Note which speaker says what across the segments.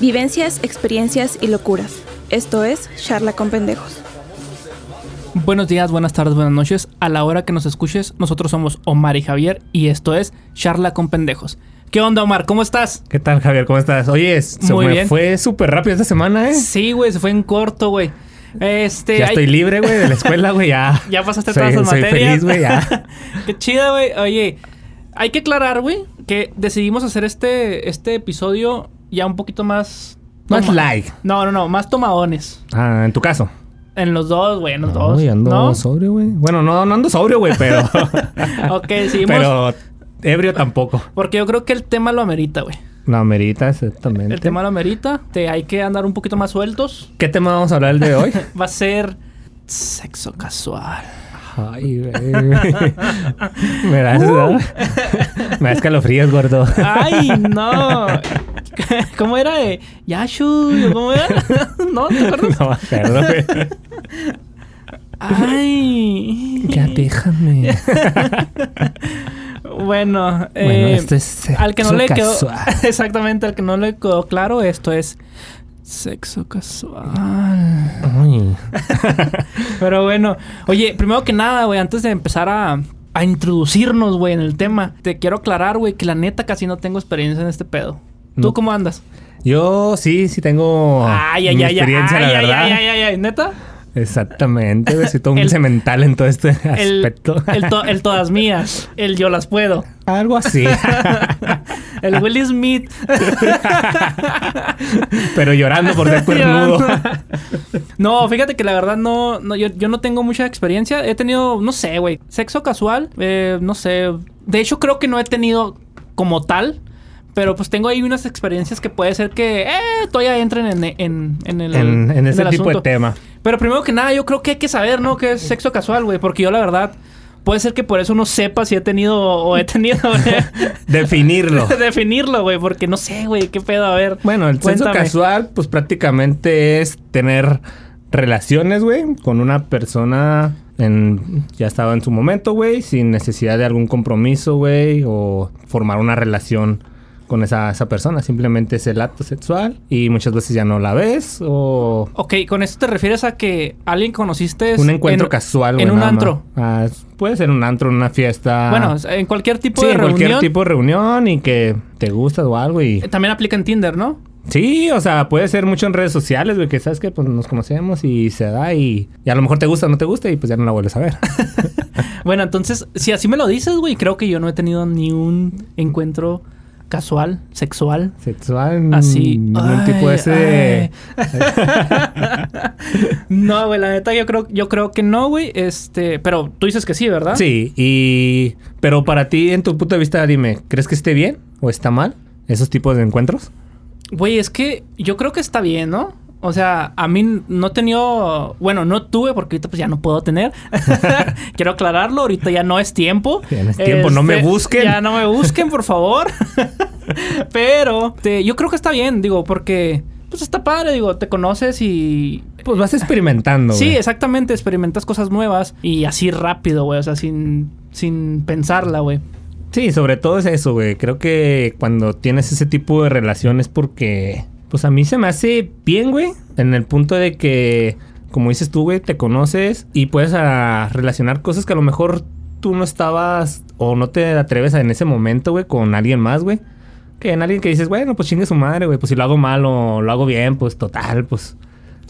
Speaker 1: Vivencias, experiencias y locuras. Esto es Charla con Pendejos.
Speaker 2: Buenos días, buenas tardes, buenas noches. A la hora que nos escuches, nosotros somos Omar y Javier y esto es Charla con Pendejos. ¿Qué onda, Omar? ¿Cómo estás?
Speaker 3: ¿Qué tal, Javier? ¿Cómo estás? Oye, es- se
Speaker 2: Muy
Speaker 3: me
Speaker 2: bien.
Speaker 3: fue súper rápido esta semana, ¿eh?
Speaker 2: Sí, güey, se fue en corto, güey. Este,
Speaker 3: ya
Speaker 2: ay,
Speaker 3: estoy libre, güey, de la escuela, güey, ya.
Speaker 2: Ya pasaste
Speaker 3: Soy-
Speaker 2: todas las
Speaker 3: soy
Speaker 2: materias.
Speaker 3: feliz, güey, ya.
Speaker 2: Qué chida, güey. Oye, hay que aclarar, güey, que decidimos hacer este, este episodio ya un poquito más...
Speaker 3: Más
Speaker 2: toma-
Speaker 3: like.
Speaker 2: No, no, no, más tomadones.
Speaker 3: Ah, en tu caso.
Speaker 2: En los dos, güey, en los
Speaker 3: No,
Speaker 2: dos.
Speaker 3: güey, ando
Speaker 2: ¿No?
Speaker 3: sobrio, güey. Bueno, no, no ando sobrio, güey, pero.
Speaker 2: Ok, decidimos...
Speaker 3: pero ebrio tampoco.
Speaker 2: Porque yo creo que el tema lo amerita, güey.
Speaker 3: No, merita, exactamente.
Speaker 2: El tema lo amerita. Te, hay que andar un poquito más sueltos.
Speaker 3: ¿Qué tema vamos a hablar el de hoy?
Speaker 2: Va a ser sexo casual.
Speaker 3: Ay, güey. Me das, Uh. Me das calofríos, gordo.
Speaker 2: ¡Ay, no! ¿Cómo era? eh? Yashu, ¿cómo era? ¿No? ¿Te acuerdas?
Speaker 3: No me acuerdo, güey.
Speaker 2: ¡Ay!
Speaker 3: Ya déjame.
Speaker 2: Bueno,
Speaker 3: Bueno,
Speaker 2: eh,
Speaker 3: esto es
Speaker 2: al que no
Speaker 3: sexo
Speaker 2: le quedó...
Speaker 3: casual.
Speaker 2: Exactamente, al que no le quedó claro, esto es sexo casual.
Speaker 3: Ay.
Speaker 2: Pero bueno, oye, primero que nada, güey, antes de empezar a, a introducirnos, güey, en el tema, te quiero aclarar, güey, que la neta casi no tengo experiencia en este pedo. ¿Tú
Speaker 3: No.
Speaker 2: cómo andas?
Speaker 3: Yo sí, sí tengo
Speaker 2: ay, ay,
Speaker 3: mi
Speaker 2: ay, ay,
Speaker 3: experiencia,
Speaker 2: ay,
Speaker 3: la
Speaker 2: ay,
Speaker 3: verdad.
Speaker 2: ay, ay, ay, ay, neta.
Speaker 3: Exactamente, güey, soy todo un
Speaker 2: El-
Speaker 3: cemental en todo este
Speaker 2: El,
Speaker 3: aspecto.
Speaker 2: el, to- el todas mías, el yo las puedo,
Speaker 3: Algo así, Ah.
Speaker 2: el Will Smith.
Speaker 3: pero llorando por ser cuernudo.
Speaker 2: No, fíjate que la verdad no, no, yo, yo no tengo mucha experiencia. He tenido, no sé, güey, sexo casual, eh, no sé. De hecho, creo que no he tenido como tal. Pero pues tengo ahí unas experiencias que puede ser que eh, todavía entren en, en, en el
Speaker 3: en, en ese
Speaker 2: el
Speaker 3: tipo
Speaker 2: asunto.
Speaker 3: de tema.
Speaker 2: Pero primero que nada, yo creo que hay que saber, ¿no? Que es sexo casual, güey. Porque yo la verdad, puede ser que por eso no sepa si he tenido o he tenido... güey.
Speaker 3: Definirlo.
Speaker 2: definirlo, güey. Porque no sé, güey, qué pedo. A ver,
Speaker 3: Bueno, el sexo
Speaker 2: Cuéntame.
Speaker 3: casual, pues prácticamente es tener relaciones, güey, con una persona en ya estaba en su momento, güey, sin necesidad de algún compromiso, güey, o formar una relación con esa, esa persona. Simplemente es el acto sexual y muchas veces ya no la ves o
Speaker 2: Ok, con esto te refieres a que alguien conociste
Speaker 3: un encuentro
Speaker 2: en-
Speaker 3: casual, güey.
Speaker 2: en un
Speaker 3: nada más.
Speaker 2: antro.
Speaker 3: Ah, es- puede ser un antro, en una fiesta.
Speaker 2: Bueno, en cualquier tipo
Speaker 3: sí,
Speaker 2: de
Speaker 3: en
Speaker 2: reunión.
Speaker 3: cualquier tipo de reunión y que te gusta o algo y
Speaker 2: eh, También aplica en Tinder, ¿no?
Speaker 3: Sí, o sea, puede ser mucho en redes sociales, güey, que sabes que pues, nos conocemos y se da y, y a lo mejor te gusta o no te gusta y pues ya no la vuelves a ver.
Speaker 2: Bueno, entonces, si así me lo dices, güey, creo que yo no he tenido ni un encuentro casual, sexual.
Speaker 3: Sexual, mm,
Speaker 2: Así.
Speaker 3: ningún
Speaker 2: Ay,
Speaker 3: tipo de ese... de-
Speaker 2: No, güey, la neta, yo creo, yo creo que no, güey. Este, pero tú dices que sí, ¿verdad?
Speaker 3: Sí, y... Pero para ti, en tu punto de vista, dime, ¿crees que esté bien o está mal esos tipos de encuentros?
Speaker 2: Güey, es que yo creo que está bien, ¿no? O sea, a mí no he tenido... Bueno, no tuve porque ahorita pues ya no puedo tener. Quiero aclararlo, ahorita ya no es tiempo. Este,
Speaker 3: Ya no es tiempo, no me busquen.
Speaker 2: Ya no me busquen, por favor. Pero este, yo creo que está bien, digo, porque... Pues está padre, digo, te conoces y...
Speaker 3: Pues vas experimentando,
Speaker 2: Sí,
Speaker 3: güey.
Speaker 2: exactamente, experimentas cosas nuevas y así rápido, güey, o sea, sin, sin pensarla, güey.
Speaker 3: Sí, sobre todo es eso, güey. Creo que cuando tienes ese tipo de relaciones porque... Pues a mí se me hace bien, güey. En el punto de que, como dices tú, güey, te conoces y puedes ah, relacionar cosas que a lo mejor tú no estabas o no te atreves a- en ese momento, güey, con alguien más, güey. Que en alguien que dices, bueno, pues chingue su madre, güey. Pues si lo hago mal o lo hago bien, pues total, pues...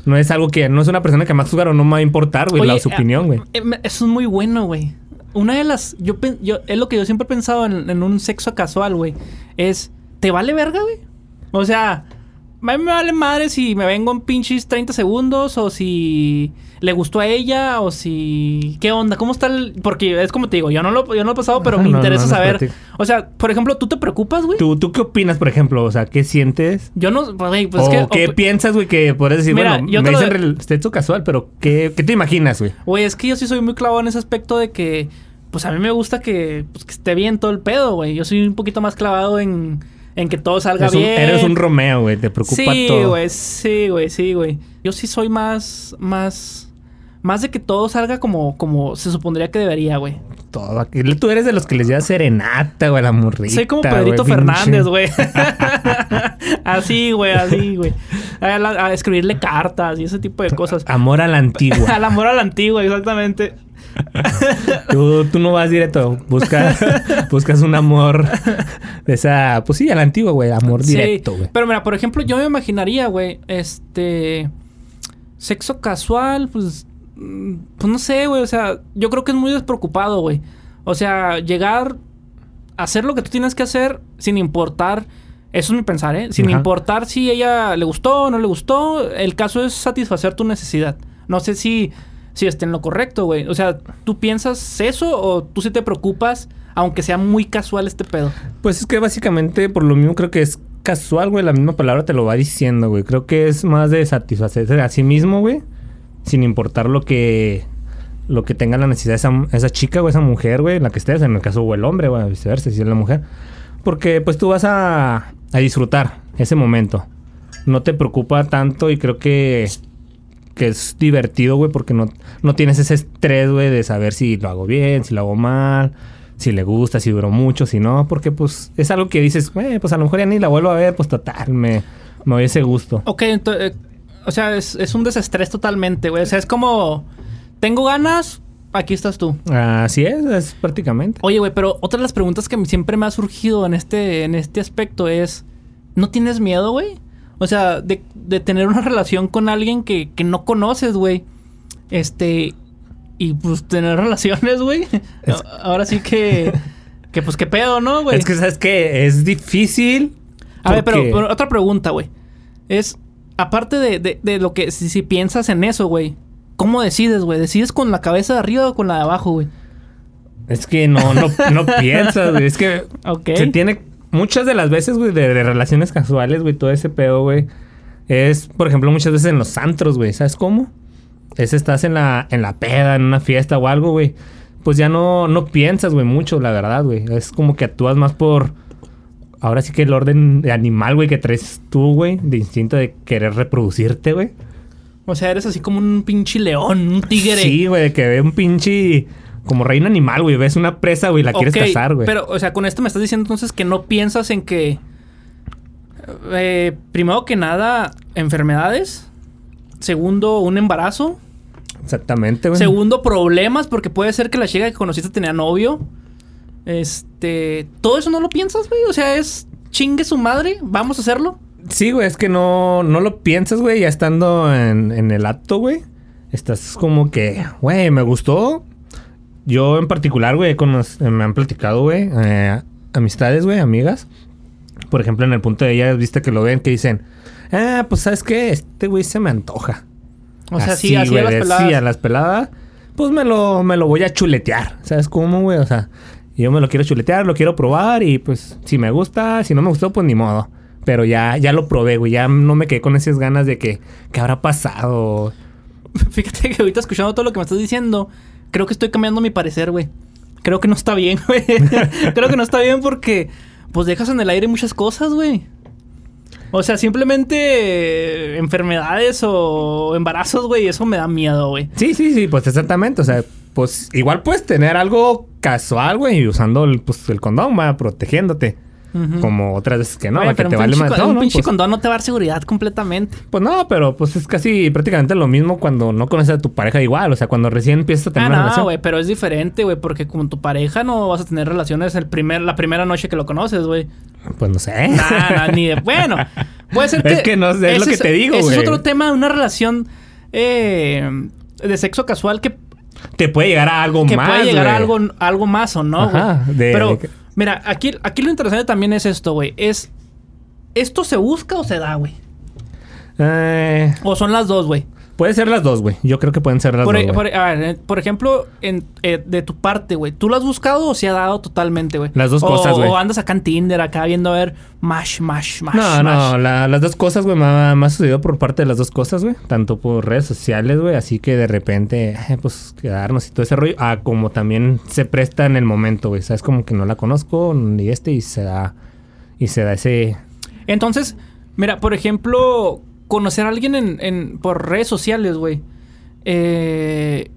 Speaker 3: No es algo que... No es una persona que me va a juzgar o no me va a importar, güey, la
Speaker 2: Oye,
Speaker 3: su
Speaker 2: eh,
Speaker 3: opinión, güey.
Speaker 2: Eh, me- Eso es muy bueno, güey. Una de las. Yo, pen- yo- es lo que yo siempre he pensado en, en un sexo casual, güey. Es. ¿Te vale verga, güey? O sea. A mí me vale madre si me vengo en pinches 30 segundos o si le gustó a ella o si... ¿Qué onda? ¿Cómo está el...? Porque es como te digo, yo no lo, yo no lo he pasado, pero
Speaker 3: Ajá,
Speaker 2: me
Speaker 3: no,
Speaker 2: interesa
Speaker 3: no, no es
Speaker 2: saber.
Speaker 3: para ti.
Speaker 2: O sea, por ejemplo, ¿tú te preocupas, güey?
Speaker 3: ¿Tú, ¿Tú qué opinas, por ejemplo? O sea, ¿qué sientes?
Speaker 2: Yo no... Pues, pues,
Speaker 3: o
Speaker 2: es que-
Speaker 3: qué
Speaker 2: o-
Speaker 3: piensas, güey, que podrías decir,
Speaker 2: Mira,
Speaker 3: bueno,
Speaker 2: yo
Speaker 3: me
Speaker 2: te lo
Speaker 3: dicen
Speaker 2: de-
Speaker 3: rel- sexo casual, pero ¿qué, qué te imaginas, güey?
Speaker 2: Güey, es que yo sí soy muy clavado en ese aspecto de que, pues a mí me gusta que, pues, que esté bien todo el pedo, güey. Yo soy un poquito más clavado en, en que todo salga
Speaker 3: Eres un,
Speaker 2: bien.
Speaker 3: eres un Romeo, güey, te preocupa
Speaker 2: Sí,
Speaker 3: todo.
Speaker 2: güey, sí, güey, sí, güey. Yo sí soy más, más, Más de que todo salga como, como se supondría que debería, güey.
Speaker 3: Todo aquí. Tú eres de los que les lleva serenata, güey, la morrita.
Speaker 2: Soy como
Speaker 3: güey,
Speaker 2: Pedrito
Speaker 3: pinche.
Speaker 2: Fernández, güey. así, güey, así, güey. A, la- a escribirle cartas y ese tipo de cosas.
Speaker 3: Amor a la antigua.
Speaker 2: Al amor a la antigua, exactamente.
Speaker 3: tú, tú no vas directo. Buscas, buscas un amor de esa. Pues sí, a la antigua, güey. Amor
Speaker 2: Sí,
Speaker 3: directo, güey.
Speaker 2: Pero mira, por ejemplo, yo me imaginaría, güey, este. Sexo casual, pues. mm, Pues no sé, güey. O sea, yo creo que es muy despreocupado, güey. O sea, llegar. Hacer lo que tú tienes que hacer sin importar. Eso es mi pensar, ¿eh? Sin
Speaker 3: Ajá.
Speaker 2: importar si ella le gustó o no le gustó. El caso es satisfacer tu necesidad. No sé si. Si esté en lo correcto, güey. O sea, ¿tú piensas eso o tú sí te preocupas, aunque sea muy casual este pedo?
Speaker 3: Pues es que básicamente, por lo mismo, creo que es casual, güey. La misma palabra te lo va diciendo, güey. Creo que es más de satisfacerse a sí mismo, güey. Sin importar lo que. Lo que tenga la necesidad esa, esa chica o esa mujer, güey, en la que estés, en el caso, o el hombre, güey, viceversa, si es la mujer. Porque pues tú vas a, a disfrutar ese momento. No te preocupa tanto y creo que, que es divertido, güey, porque no, no tienes ese estrés, güey, de saber si lo hago bien, si lo hago mal, si le gusta, si duró mucho, si no, porque pues es algo que dices, "Eh, pues a lo mejor ya ni la vuelvo a ver, pues total, me, me doy ese gusto.
Speaker 2: Ok, entonces. o sea, es, es un desestrés totalmente, güey. O sea, es como. Tengo ganas, aquí estás tú.
Speaker 3: Así es, es prácticamente.
Speaker 2: Oye, güey, pero otra de las preguntas que siempre me ha surgido en este, en este aspecto es. ¿No tienes miedo, güey? O sea, de, de tener una relación con alguien que, que no conoces, güey. Este. Y pues tener relaciones, güey.
Speaker 3: Es-
Speaker 2: Ahora sí que. Que pues qué pedo, ¿no, güey?
Speaker 3: Es que sabes que es difícil.
Speaker 2: A ver, pero,
Speaker 3: porque-
Speaker 2: pero otra pregunta, güey. Es, aparte de, de- de lo que, si, si piensas en eso, güey, ¿cómo decides, güey? ¿Decides con la cabeza de arriba o con la de abajo, güey?
Speaker 3: Es que no, no, no piensas, güey. Es que
Speaker 2: Ok.
Speaker 3: se tiene muchas de las veces, güey, de, de relaciones casuales, güey, todo ese pedo, güey. Es, por ejemplo, muchas veces en los antros, güey. ¿Sabes cómo? Es estás en la, en la peda, en una fiesta o algo, güey. Pues ya no, no piensas, güey, mucho, la verdad, güey. Es como que actúas más por. Ahora sí que el orden de animal, güey, que traes tú, güey, de instinto de querer reproducirte, güey.
Speaker 2: O sea, eres así como un pinche león, un tigre.
Speaker 3: Sí, güey, de que ve un pinche. Como reino animal, güey. Ves una presa, güey, la
Speaker 2: Ok,
Speaker 3: quieres cazar, güey.
Speaker 2: Pero, o sea, con esto me estás diciendo entonces que no piensas en que. eh, primero que nada, enfermedades. Segundo, un embarazo.
Speaker 3: Exactamente, güey.
Speaker 2: Segundo, problemas, porque puede ser que la chica que conociste tenía novio. Este. Todo eso no lo piensas, güey. O sea, es chingue su madre, vamos a hacerlo.
Speaker 3: Sí, güey, es que no, no lo piensas, güey, ya estando en, en el acto, güey. Estás como que, güey, me gustó. Yo en particular, güey, con los- me han platicado, güey, eh, amistades, güey, amigas. Por ejemplo, en el punto de ellas, viste que lo ven, que dicen, ah, pues sabes qué, este güey se me antoja.
Speaker 2: O sea, sí, así a
Speaker 3: güey,
Speaker 2: las
Speaker 3: de-
Speaker 2: peladas.
Speaker 3: Sí, a las peladas. Pues me lo, me lo voy a chuletear. ¿Sabes cómo, güey? O sea, yo me lo quiero chuletear, lo quiero probar y pues si me gusta, si no me gustó, pues ni modo. Pero ya, ya lo probé, güey. Ya no me quedé con esas ganas de que, ¿qué habrá pasado?
Speaker 2: Fíjate que ahorita escuchando todo lo que me estás diciendo, creo que estoy cambiando mi parecer, güey. Creo que no está bien, güey. creo que no está bien porque, pues dejas en el aire muchas cosas, güey. O sea, simplemente eh, enfermedades o embarazos, güey, eso me da miedo, güey.
Speaker 3: Sí, sí, sí, pues exactamente. O sea, pues igual puedes tener algo casual, güey, y usando el, pues, el condón, va, protegiéndote.
Speaker 2: Ujú.
Speaker 3: Como otras veces que no,
Speaker 2: Oye,
Speaker 3: va, que
Speaker 2: pero
Speaker 3: te
Speaker 2: un
Speaker 3: vale
Speaker 2: pinche
Speaker 3: más.
Speaker 2: con-
Speaker 3: No,
Speaker 2: un
Speaker 3: no,
Speaker 2: pinche
Speaker 3: pues-
Speaker 2: condón no te va a dar seguridad completamente.
Speaker 3: Pues no, pero pues es casi prácticamente lo mismo cuando no conoces a tu pareja igual. O sea, cuando recién empiezas a tener
Speaker 2: Ah,
Speaker 3: una
Speaker 2: no,
Speaker 3: relación.
Speaker 2: güey, pero es diferente, güey, porque con tu pareja no vas a tener relaciones el primer, la primera noche que lo conoces, güey.
Speaker 3: Pues no sé.
Speaker 2: Nah, nah, ni de. Bueno, puede ser que.
Speaker 3: Es que no sé, es lo
Speaker 2: ese
Speaker 3: que te digo,
Speaker 2: ese
Speaker 3: güey.
Speaker 2: es otro tema de una relación eh, de sexo casual que,
Speaker 3: Te puede llegar a algo
Speaker 2: que
Speaker 3: más.
Speaker 2: puede llegar a
Speaker 3: güey.
Speaker 2: algo, algo más o no, güey.
Speaker 3: Ajá, de-
Speaker 2: Pero,
Speaker 3: de-
Speaker 2: mira, aquí, aquí lo interesante también es esto, güey. Es. ¿Esto se busca o se da, güey?
Speaker 3: Eh,
Speaker 2: O son las dos, güey.
Speaker 3: puede ser las dos, güey. Yo creo que pueden ser las
Speaker 2: Por,
Speaker 3: dos. güey.
Speaker 2: por- a ver, eh, por ejemplo, en- eh, de tu parte, güey, ¿tú lo has buscado o se ha dado totalmente, güey?
Speaker 3: Las dos
Speaker 2: O-
Speaker 3: cosas, güey.
Speaker 2: O andas acá en Tinder, acá viendo a ver, mash, mash, mash.
Speaker 3: No,
Speaker 2: mash.
Speaker 3: no, la- las dos cosas, güey, me ha, me ha sucedido por parte de las dos cosas, güey. Tanto por redes sociales, güey, así que de repente, eh, pues, quedarnos y todo ese rollo. Ah, como también se presta en el momento, güey. Sabes, como que no la conozco ni este y se da, y se da ese...
Speaker 2: Entonces, mira, por ejemplo, conocer a alguien en, en- por redes sociales, güey. eh,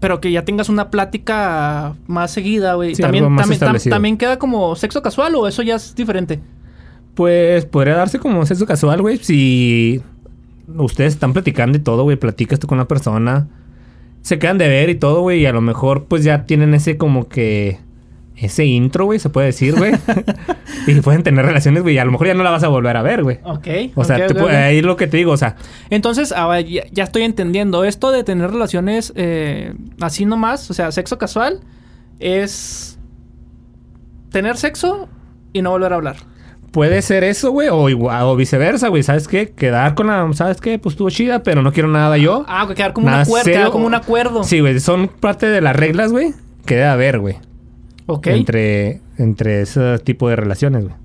Speaker 2: pero que ya tengas una plática más seguida, güey.
Speaker 3: Sí,
Speaker 2: también,
Speaker 3: algo más
Speaker 2: también, tam-
Speaker 3: establecido.
Speaker 2: también queda como sexo casual o eso ya es diferente.
Speaker 3: Pues podría darse como sexo casual, güey. Si ustedes están platicando y todo, güey, platicas tú con una persona, se quedan de ver y todo, güey, y a lo mejor pues ya tienen ese como que. Ese intro, güey, se puede decir, güey. y pueden tener relaciones, güey, y a lo mejor ya no la vas a volver a ver, güey.
Speaker 2: Ok.
Speaker 3: O sea,
Speaker 2: ok,
Speaker 3: te
Speaker 2: ok,
Speaker 3: pu-
Speaker 2: ok.
Speaker 3: eh, ahí es lo que te digo, o sea,
Speaker 2: Entonces, ah, ya, ya estoy entendiendo. Esto de tener relaciones eh, así nomás, o sea, sexo casual, es tener sexo y no volver a hablar.
Speaker 3: puede ser eso, güey, o, igual- o viceversa, güey, ¿sabes qué? Quedar con la, ¿sabes qué? Pues estuvo chida, pero no quiero nada yo.
Speaker 2: Ah, que quedar como,
Speaker 3: Nada
Speaker 2: una cuer-
Speaker 3: serio.
Speaker 2: quedar como un acuerdo.
Speaker 3: Sí, güey, son parte de las reglas, güey, que debe haber, güey.
Speaker 2: Ok.
Speaker 3: Entre, entre ese tipo de relaciones, güey.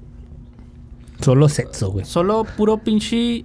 Speaker 3: Solo sexo, güey.
Speaker 2: Solo puro pinche.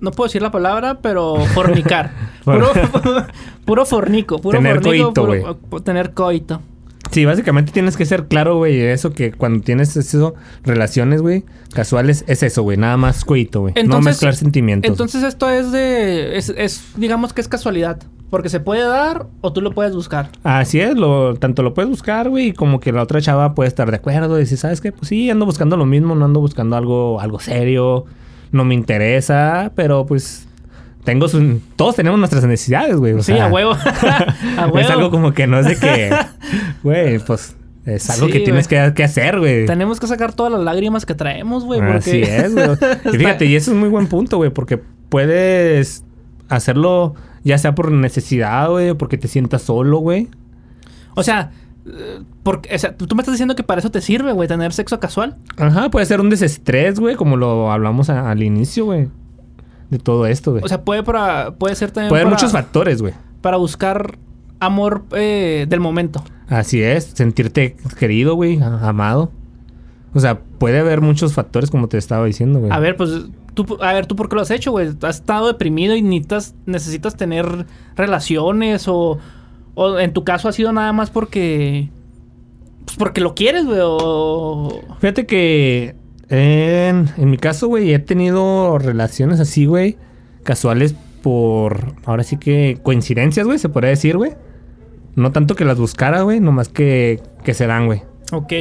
Speaker 2: No puedo decir la palabra, pero fornicar. puro, puro fornico. Puro
Speaker 3: Tener
Speaker 2: fornico.
Speaker 3: coito,
Speaker 2: puro-
Speaker 3: güey.
Speaker 2: o- tener coito.
Speaker 3: Sí, básicamente tienes que ser claro, güey, eso que cuando tienes eso, relaciones, güey, casuales, es eso, güey, nada más coito, güey. No
Speaker 2: Entonces-
Speaker 3: mezclar sentimientos.
Speaker 2: Entonces, esto es de. Es, es, digamos que es casualidad. Porque se puede dar o tú lo puedes buscar.
Speaker 3: Así es, lo, tanto lo puedes buscar, güey, y como que la otra chava puede estar de acuerdo y decir, ¿sabes qué? Pues sí, ando buscando lo mismo, no ando buscando algo, algo serio, no me interesa, pero pues tengo sus... Todos tenemos nuestras necesidades, güey. o
Speaker 2: sí,
Speaker 3: sea,
Speaker 2: a huevo. a huevo.
Speaker 3: Es algo como que no es de que, güey, pues es algo
Speaker 2: Sí,
Speaker 3: que tienes que, que hacer, güey.
Speaker 2: Tenemos que sacar todas las lágrimas que traemos, güey. Porque...
Speaker 3: Así es, güey. Y fíjate, y eso es muy buen punto, güey, porque puedes hacerlo ya sea por necesidad, güey, o porque te sientas solo, güey.
Speaker 2: O sea, eh, porque, o sea, tú tú me estás diciendo que para eso te sirve, güey, tener sexo casual.
Speaker 3: Ajá, puede ser un desestrés, güey, como lo hablamos a- al inicio, güey. De todo esto, güey.
Speaker 2: O sea, puede, para, puede ser también.
Speaker 3: puede haber
Speaker 2: para-
Speaker 3: muchos factores, güey.
Speaker 2: para buscar amor eh, del momento.
Speaker 3: Así es, sentirte querido, güey, a- amado. O sea, puede haber muchos factores, como te estaba diciendo, güey.
Speaker 2: A ver, pues tú, a ver, tú por qué lo has hecho, güey. Has estado deprimido y necesitas, necesitas tener relaciones o, o en tu caso ha sido nada más porque pues porque lo quieres, güey. o-
Speaker 3: Fíjate que en, en mi caso, güey, he tenido relaciones así, güey, casuales por, ahora sí que coincidencias, güey, se podría decir, güey. No tanto que las buscara, güey, nomás que, que se dan, güey.
Speaker 2: Ok.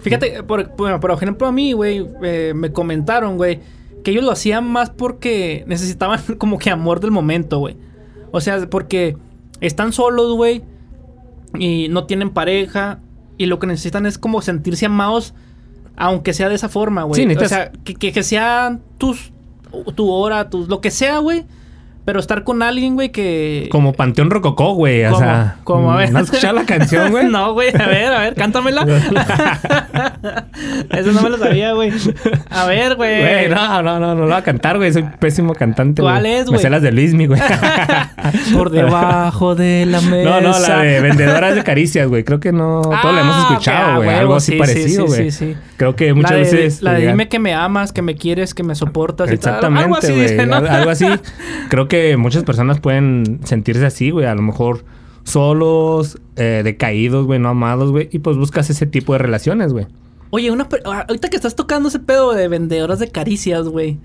Speaker 2: Fíjate, por, bueno, por ejemplo, a mí, güey, eh, me comentaron, güey, que ellos lo hacían más porque necesitaban como que amor del momento, güey. O sea, porque están solos, güey, y no tienen pareja, y lo que necesitan es como sentirse amados, aunque sea de esa forma, güey.
Speaker 3: Sí,
Speaker 2: o
Speaker 3: necesitas-
Speaker 2: sea, que, que, que sea tus, tu hora, tus, lo que sea, güey, pero estar con alguien, güey, que...
Speaker 3: Como Panteón Rococó, güey, o
Speaker 2: ¿Cómo?
Speaker 3: sea...
Speaker 2: ¿Cómo? A ver.
Speaker 3: ¿No has escuchado la canción, güey?
Speaker 2: No, güey, a ver, a ver, cántamela. Eso no me lo sabía, güey. A ver, güey.
Speaker 3: Güey, no, no, no, no lo voy a cantar, güey. Soy pésimo cantante,
Speaker 2: eh. ¿Cuál es, güey?
Speaker 3: Me sé las de Luismi, güey.
Speaker 2: Por debajo de la mesa.
Speaker 3: no, no, la de Vendedoras de Caricias, güey. Creo que no... todos la hemos
Speaker 2: Ah,
Speaker 3: escuchado,
Speaker 2: ok,
Speaker 3: güey.
Speaker 2: a
Speaker 3: Algo
Speaker 2: huevo,
Speaker 3: así
Speaker 2: sí, sí,
Speaker 3: parecido,
Speaker 2: sí, sí,
Speaker 3: güey.
Speaker 2: sí.
Speaker 3: Creo que muchas
Speaker 2: la de,
Speaker 3: veces...
Speaker 2: La de
Speaker 3: llegan-
Speaker 2: dime que me amas, que me quieres, que me soportas y tal.
Speaker 3: Exactamente,
Speaker 2: Algo así,
Speaker 3: güey.
Speaker 2: dice, ¿no?
Speaker 3: Al- Algo así. Creo que muchas personas pueden sentirse así, güey. A lo mejor solos, eh, decaídos, güey, no amados, güey. Y pues buscas ese tipo de relaciones, güey.
Speaker 2: Oye, una per- ah, ahorita que estás tocando ese pedo de vendedoras de caricias, güey.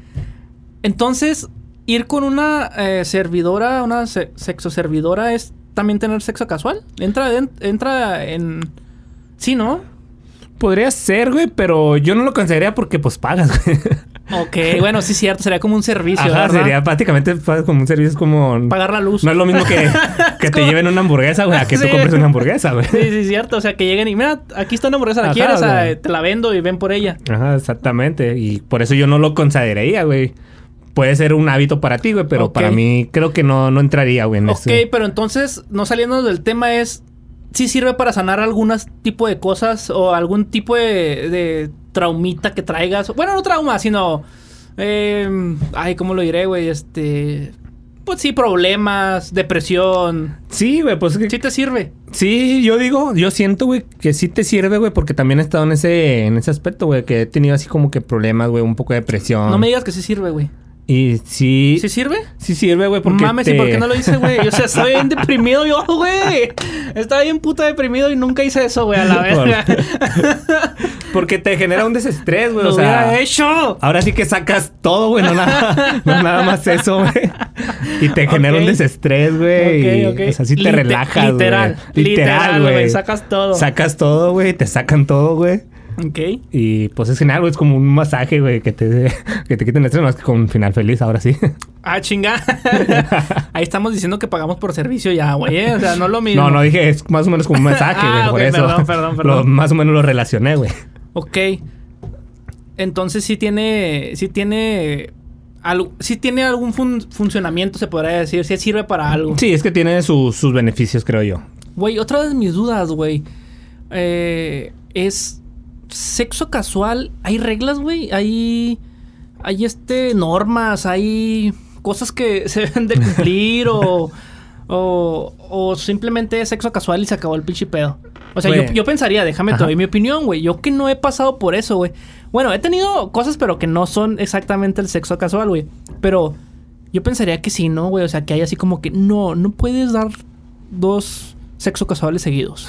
Speaker 2: Entonces, ir con una eh, servidora, una se- sexo servidora, es también tener sexo casual. Entra, en- entra en. Sí, ¿no?
Speaker 3: Podría ser, güey, pero yo no lo consideraría porque pues pagas, güey.
Speaker 2: Ok, bueno, sí, cierto. Sería como un servicio.
Speaker 3: Ajá,
Speaker 2: ¿verdad?
Speaker 3: sería prácticamente pagas como un servicio, es como...
Speaker 2: pagar la luz.
Speaker 3: No es lo mismo que, que te lleven una hamburguesa, güey, a que
Speaker 2: Sí.
Speaker 3: tú compres una hamburguesa, güey.
Speaker 2: Sí, sí, cierto. O sea, que lleguen y mira, aquí está una hamburguesa, la
Speaker 3: Ajá,
Speaker 2: quieres,
Speaker 3: o sea.
Speaker 2: Ah, te la vendo y ven por ella.
Speaker 3: Ajá, exactamente. Y por eso yo no lo consideraría, güey. Puede ser un hábito para ti, güey, pero
Speaker 2: Ok.
Speaker 3: para mí creo que no, no entraría, güey, en
Speaker 2: Ok,
Speaker 3: este-
Speaker 2: pero entonces, no saliéndonos del tema, es. Sí sirve para sanar algunas tipo de cosas o algún tipo de, de traumita que traigas. Bueno, no trauma, sino. eh, ay, ¿cómo lo diré, güey? Este. Pues sí, problemas, depresión.
Speaker 3: Sí, güey, pues
Speaker 2: Sí te sirve.
Speaker 3: Sí, yo digo, yo siento, güey, que sí te sirve, güey, porque también he estado en ese, en ese aspecto, güey, que he tenido así como que problemas, güey, un poco de presión.
Speaker 2: No me digas que sí sirve, güey.
Speaker 3: Ah. Y sí,
Speaker 2: ¿Sí
Speaker 3: sí,
Speaker 2: sirve?
Speaker 3: sirve, güey, porque
Speaker 2: Mames,
Speaker 3: te-
Speaker 2: ¿y por qué no lo hice, güey? O sea, estoy bien deprimido yo, güey. Estaba bien puta deprimido y nunca hice eso, güey, a la verga.
Speaker 3: Porque te genera un desestrés, güey,
Speaker 2: Lo
Speaker 3: o sea...
Speaker 2: hubiera hecho.
Speaker 3: Ahora sí que sacas todo, güey, no nada, no nada más eso, güey. Y te genera
Speaker 2: Ok.
Speaker 3: un desestrés, güey. y,
Speaker 2: Ok, ok.
Speaker 3: O sea, sí te
Speaker 2: Lite-
Speaker 3: relajas, güey.
Speaker 2: literal, literal, güey, sacas todo.
Speaker 3: Sacas todo, güey. Te sacan todo, güey.
Speaker 2: Ok.
Speaker 3: Y pues es genial, güey. Es como un masaje, güey, que te, que te quiten el estrés. Más que con final feliz, ahora sí.
Speaker 2: Ah, chinga. Ahí estamos diciendo que pagamos por servicio ya, güey. ¿eh? O sea, no lo mismo.
Speaker 3: No, no dije, es más o menos como un masaje, güey.
Speaker 2: Ah,
Speaker 3: por
Speaker 2: ok,
Speaker 3: eso.
Speaker 2: perdón, perdón,
Speaker 3: Lo-
Speaker 2: perdón.
Speaker 3: más o menos lo relacioné, güey.
Speaker 2: Ok. Entonces sí tiene. Sí tiene. Algo, sí tiene algún fun- funcionamiento, se podría decir. Sí sirve para algo.
Speaker 3: Sí, es que tiene sus- sus beneficios, creo yo.
Speaker 2: Güey, otra de mis dudas, güey. eh, es. Sexo casual. ¿Hay reglas, güey? ¿Hay. Hay este. normas, hay. cosas que se deben de cumplir o. O, o simplemente es sexo casual y se acabó el pinche pedo. O sea, yo,
Speaker 3: Güey.
Speaker 2: yo pensaría, déjame te
Speaker 3: Ajá.
Speaker 2: doy mi opinión, güey. Yo que no he pasado por eso, güey. Bueno, he tenido cosas, pero que no son exactamente el sexo casual, güey. Pero yo pensaría que sí, ¿no, güey? O sea, que hay así como que no, no puedes dar dos sexo casuales seguidos.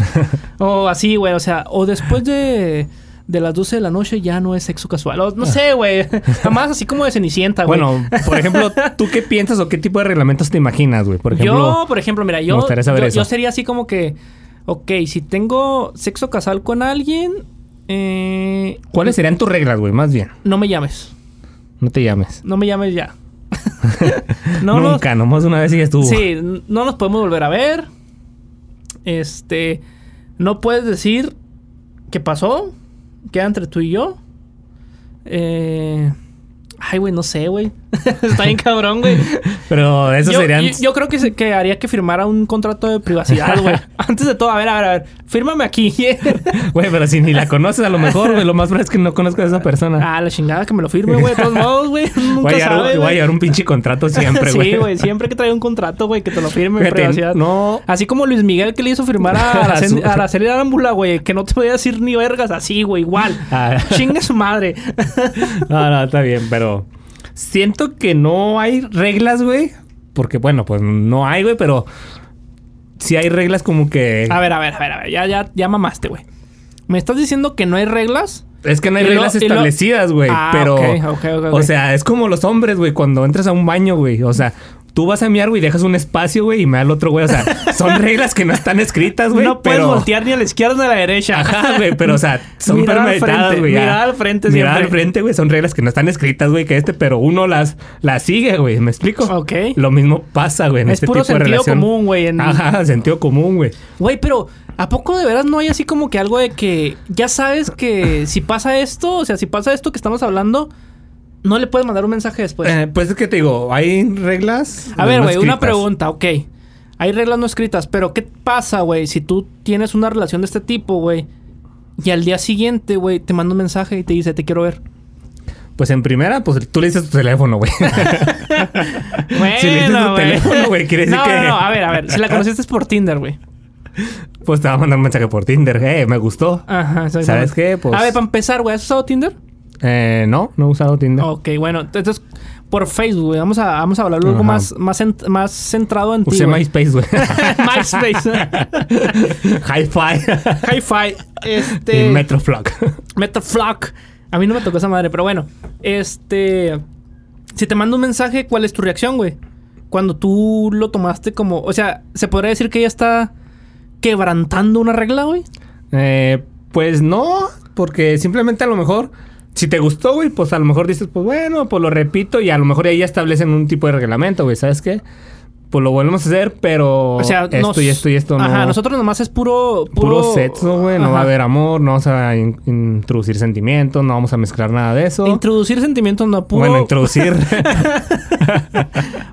Speaker 2: o así, güey. O sea, o después de, de las 12 de la noche ya no es sexo casual. O, no sé, güey. Jamás así como de cenicienta, Ah, güey.
Speaker 3: Ah. Bueno, por ejemplo, ¿tú qué piensas o qué tipo de reglamentos te imaginas, güey? Por
Speaker 2: yo,
Speaker 3: ejemplo,
Speaker 2: por ejemplo, mira,
Speaker 3: me
Speaker 2: yo,
Speaker 3: gustaría saber
Speaker 2: yo,
Speaker 3: eso.
Speaker 2: yo sería así como que, ok, si tengo sexo casual con alguien, eh,
Speaker 3: ¿cuáles serían tus reglas, güey? Más bien,
Speaker 2: no me llames.
Speaker 3: no te llames.
Speaker 2: No me llames ya. nos-
Speaker 3: Nunca, nomás una vez y ya estuvo.
Speaker 2: Sí, n- no nos podemos volver a ver. Este, no puedes decir qué pasó. Queda entre tú y yo. Eh, ay, güey, no sé, güey. Está bien cabrón, güey.
Speaker 3: Pero esos
Speaker 2: yo,
Speaker 3: serían.
Speaker 2: yo- yo creo que, se- que haría que firmara un contrato de privacidad, güey. Antes de todo, a ver, a ver, a ver. Fírmame aquí.
Speaker 3: Güey, pero si ni la conoces, a lo mejor, güey. Lo más probable es que no conozcas a esa persona.
Speaker 2: ah, la chingada que me lo firme, güey. De todos modos, güey. Nunca
Speaker 3: voy, a llevar,
Speaker 2: sabe,
Speaker 3: voy a
Speaker 2: güey.
Speaker 3: llevar un pinche contrato siempre, güey.
Speaker 2: Sí, güey. Siempre que trae un contrato, güey, que te lo firme en
Speaker 3: Fíjate,
Speaker 2: privacidad.
Speaker 3: No.
Speaker 2: Así como Luis Miguel que le hizo firmar a Araceli,
Speaker 3: A su-
Speaker 2: a Araceli Arámbula, güey, que no te podía decir ni vergas así, güey, igual.
Speaker 3: Ah.
Speaker 2: Chingue su madre.
Speaker 3: No, no, está bien, pero siento que no hay reglas, güey. Porque, bueno, pues no hay, güey, pero sí hay reglas como que.
Speaker 2: A ver, a ver, a ver, a ver, ya, ya, ya mamaste, güey. ¿Me estás diciendo que no hay reglas?
Speaker 3: Es que no hay
Speaker 2: Y lo-
Speaker 3: reglas
Speaker 2: y lo-
Speaker 3: establecidas, güey.
Speaker 2: Ah,
Speaker 3: pero.
Speaker 2: ok, ok, ok, ok.
Speaker 3: O sea, es como los hombres, güey, cuando entras a un baño, güey. O sea, tú vas a miar, güey, dejas un espacio, güey, y me da el otro, güey. O sea, son reglas que no están escritas, güey.
Speaker 2: no puedes
Speaker 3: pero-
Speaker 2: voltear ni a la izquierda ni a la derecha.
Speaker 3: Ajá, güey, pero o sea, son
Speaker 2: Mirar al
Speaker 3: premeditadas,
Speaker 2: frente,
Speaker 3: güey. ya.
Speaker 2: mirar al frente
Speaker 3: Mirar
Speaker 2: siempre.
Speaker 3: al frente, güey, son reglas que no están escritas, güey, que este, pero uno las, las sigue, güey, ¿me explico?
Speaker 2: Ok.
Speaker 3: Lo mismo pasa, güey, en
Speaker 2: Es
Speaker 3: este
Speaker 2: puro
Speaker 3: tipo de
Speaker 2: sentido
Speaker 3: relación.
Speaker 2: común, güey, en-
Speaker 3: Ajá, sentido común, güey.
Speaker 2: Güey, pero ¿a poco de veras no hay así como que algo de que ya sabes que si pasa esto, o sea, si pasa esto que estamos hablando, no le puedes mandar un mensaje después?
Speaker 3: Eh, pues es que te digo, hay reglas.
Speaker 2: A ver,
Speaker 3: no
Speaker 2: güey, una
Speaker 3: escritas.
Speaker 2: pregunta, ok. Hay reglas no escritas, pero ¿qué pasa, güey? Si tú tienes una relación de este tipo, güey, y al día siguiente, güey, te manda un mensaje y te dice, te quiero ver.
Speaker 3: Pues en primera, pues tú le dices tu teléfono, güey.
Speaker 2: Bueno,
Speaker 3: Si le dices tu teléfono, güey, quiere decir
Speaker 2: no,
Speaker 3: que-
Speaker 2: No, no, a ver, a ver. Si la conociste es por Tinder, güey.
Speaker 3: pues te va a mandar un mensaje por Tinder. Eh, me gustó.
Speaker 2: Ajá, exactamente.
Speaker 3: ¿Sabes qué? Pues-
Speaker 2: A ver, para empezar, güey, ¿has usado Tinder?
Speaker 3: Eh, no, no he usado Tinder.
Speaker 2: Ok, bueno. Entonces, por Facebook, güey. Vamos a, vamos a hablarlo algo
Speaker 3: Ajá.
Speaker 2: más, más, cent- más centrado en ti,
Speaker 3: Usé
Speaker 2: güey.
Speaker 3: MySpace, güey.
Speaker 2: MySpace.
Speaker 3: Hi-Fi.
Speaker 2: Hi-Fi. Este...
Speaker 3: y Metroflog.
Speaker 2: Metaflock. A mí no me tocó esa madre, pero bueno. Este. Si te mando un mensaje, ¿cuál es tu reacción, güey? Cuando tú lo tomaste como. O sea, ¿se podría decir que ella está quebrantando una regla, güey?
Speaker 3: Eh, pues no, porque simplemente a lo mejor, si te gustó, güey, pues a lo mejor dices, pues bueno, pues lo repito y a lo mejor ahí ya establecen un tipo de reglamento, güey, ¿sabes qué? Pues lo volvemos a hacer, pero
Speaker 2: O sea,
Speaker 3: Oh, esto
Speaker 2: nos-
Speaker 3: y esto y esto no.
Speaker 2: Ajá, nosotros nomás es puro.
Speaker 3: Puro sexo, güey, no va
Speaker 2: Ajá.
Speaker 3: a haber amor, no vamos a in- introducir sentimientos, no vamos a mezclar nada de eso.
Speaker 2: Introducir sentimientos no puro.
Speaker 3: Bueno, introducir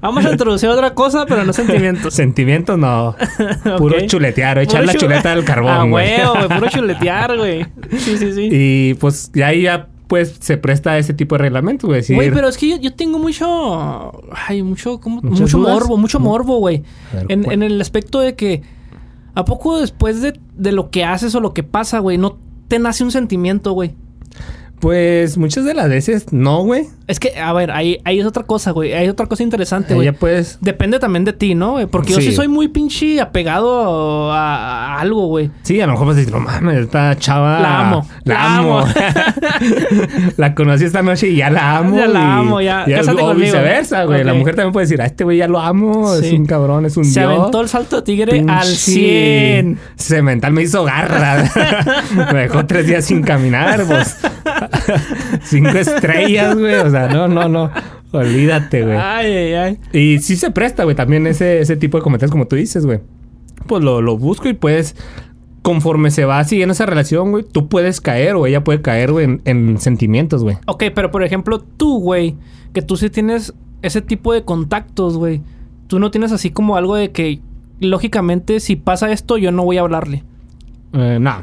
Speaker 2: Vamos a introducir otra cosa, pero no sentimientos.
Speaker 3: sentimientos, no. Puro
Speaker 2: Ok.
Speaker 3: chuletear, echar
Speaker 2: Puro
Speaker 3: la
Speaker 2: chu-
Speaker 3: chuleta del
Speaker 2: Ah,
Speaker 3: carbón, güey.
Speaker 2: huevo, güey. Puro chuletear, güey. Sí, sí, sí.
Speaker 3: Y pues ya ahí ya pues se presta a ese tipo de reglamentos, güey. decir,
Speaker 2: Güey, pero es que yo, yo tengo mucho. Ay, mucho. ¿cómo?
Speaker 3: ¿Muchas
Speaker 2: Mucho
Speaker 3: dudas? Mm.
Speaker 2: morbo, mucho morbo, güey.
Speaker 3: A ver,
Speaker 2: En,
Speaker 3: ¿cuál?
Speaker 2: en el aspecto de que. ¿A poco después de, de lo que haces o lo que pasa, güey, no te nace un sentimiento, güey?
Speaker 3: Pues muchas de las veces no, güey.
Speaker 2: Es que, a ver, ahí, ahí es otra cosa, güey. Hay otra cosa interesante,
Speaker 3: Ahí
Speaker 2: güey.
Speaker 3: Ya puedes.
Speaker 2: Depende también de ti, ¿no? güey? Porque yo sí
Speaker 3: Sí.
Speaker 2: soy muy pinche apegado a, a algo, güey.
Speaker 3: Sí, a lo mejor vas a decir, no mames, esta chava.
Speaker 2: La amo.
Speaker 3: La,
Speaker 2: La
Speaker 3: amo.
Speaker 2: amo.
Speaker 3: la conocí esta noche y ya la amo.
Speaker 2: Ya la
Speaker 3: y-
Speaker 2: amo, ya. Cásate
Speaker 3: o
Speaker 2: conmigo.
Speaker 3: viceversa, güey. La
Speaker 2: Ok.
Speaker 3: mujer también puede decir, a este güey ya lo amo.
Speaker 2: Sí.
Speaker 3: Es un cabrón, es un
Speaker 2: Se
Speaker 3: dios.
Speaker 2: aventó el salto de tigre al
Speaker 3: Pinche
Speaker 2: 100.
Speaker 3: Cemental me hizo garra. me dejó tres días sin caminar, pues. Cinco estrellas, güey. O sea, no, no, no. Olvídate, güey.
Speaker 2: Ay, ay, ay.
Speaker 3: Y sí se presta, güey, también ese, ese tipo de comentarios como tú dices, güey. Pues lo, lo busco y pues, conforme se va siguiendo esa relación, güey, tú puedes caer o ella puede caer, güey, en, en sentimientos, güey.
Speaker 2: Ok, pero por ejemplo, tú, güey, que tú sí tienes ese tipo de contactos, güey. Tú no tienes así como algo de que, lógicamente, si pasa esto, yo no voy a hablarle.
Speaker 3: Eh, nah.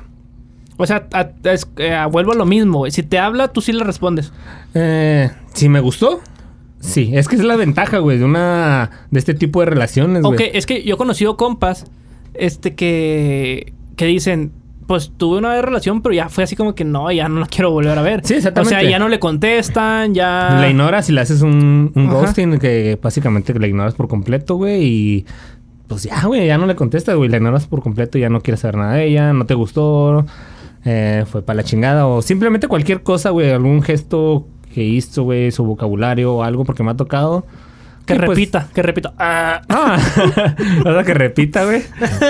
Speaker 2: O sea, a- a- es- eh, vuelvo a lo mismo, güey. Si te habla, tú sí le respondes.
Speaker 3: Eh, si me gustó. Sí, es que es la ventaja, güey, de una... De este tipo de relaciones, güey.
Speaker 2: Ok, es que yo he conocido compas este que, que dicen, pues tuve una relación, pero ya fue así como que no, ya no la quiero volver a ver.
Speaker 3: Sí,
Speaker 2: O
Speaker 3: exactamente.
Speaker 2: sea, ya no le contestan, ya...
Speaker 3: La ignoras y le haces un, un
Speaker 2: Ah. Ajá.
Speaker 3: ghosting que básicamente la ignoras por completo, güey. Y pues ya, güey, ya no le contestas, güey. La ignoras por completo, ya no quieres saber nada de ella, no te gustó, eh, fue para la chingada. O simplemente cualquier cosa, güey, algún gesto que hizo, güey, su vocabulario o algo porque me ha tocado.
Speaker 2: que
Speaker 3: Y, pues,
Speaker 2: repita, que repita. Ah,
Speaker 3: Ah, o sea, que repita, güey.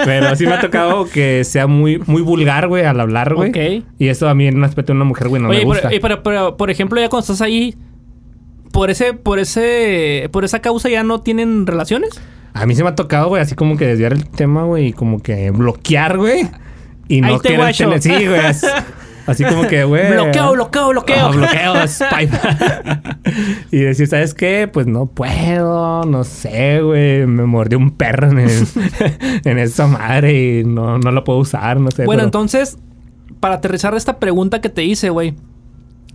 Speaker 3: Pero sí me ha tocado que sea muy, muy vulgar, güey, al hablar, güey.
Speaker 2: Ok.
Speaker 3: Y eso a mí en un aspecto de una mujer, güey, no
Speaker 2: Oye,
Speaker 3: me
Speaker 2: pero-
Speaker 3: gusta.
Speaker 2: eh, pero, pero, por ejemplo, ya cuando estás ahí, por ese, por ese, por esa causa ya no tienen relaciones.
Speaker 3: A mí se me ha tocado, güey, así como que desviar el tema, güey, y como que bloquear, güey. Y
Speaker 2: Ahí
Speaker 3: no
Speaker 2: te
Speaker 3: querer
Speaker 2: guacho.
Speaker 3: tener- Sí, güey. es- Así como que, güey.
Speaker 2: Bloqueo, bloqueo, bloqueo.
Speaker 3: Ah, bloqueo, Skype. y decir, ¿sabes qué? Pues no puedo, no sé, güey. Me mordió un perro en, el- en esta madre y no, no lo puedo usar, no sé.
Speaker 2: bueno,
Speaker 3: pero-
Speaker 2: entonces, para aterrizar esta pregunta que te hice, güey,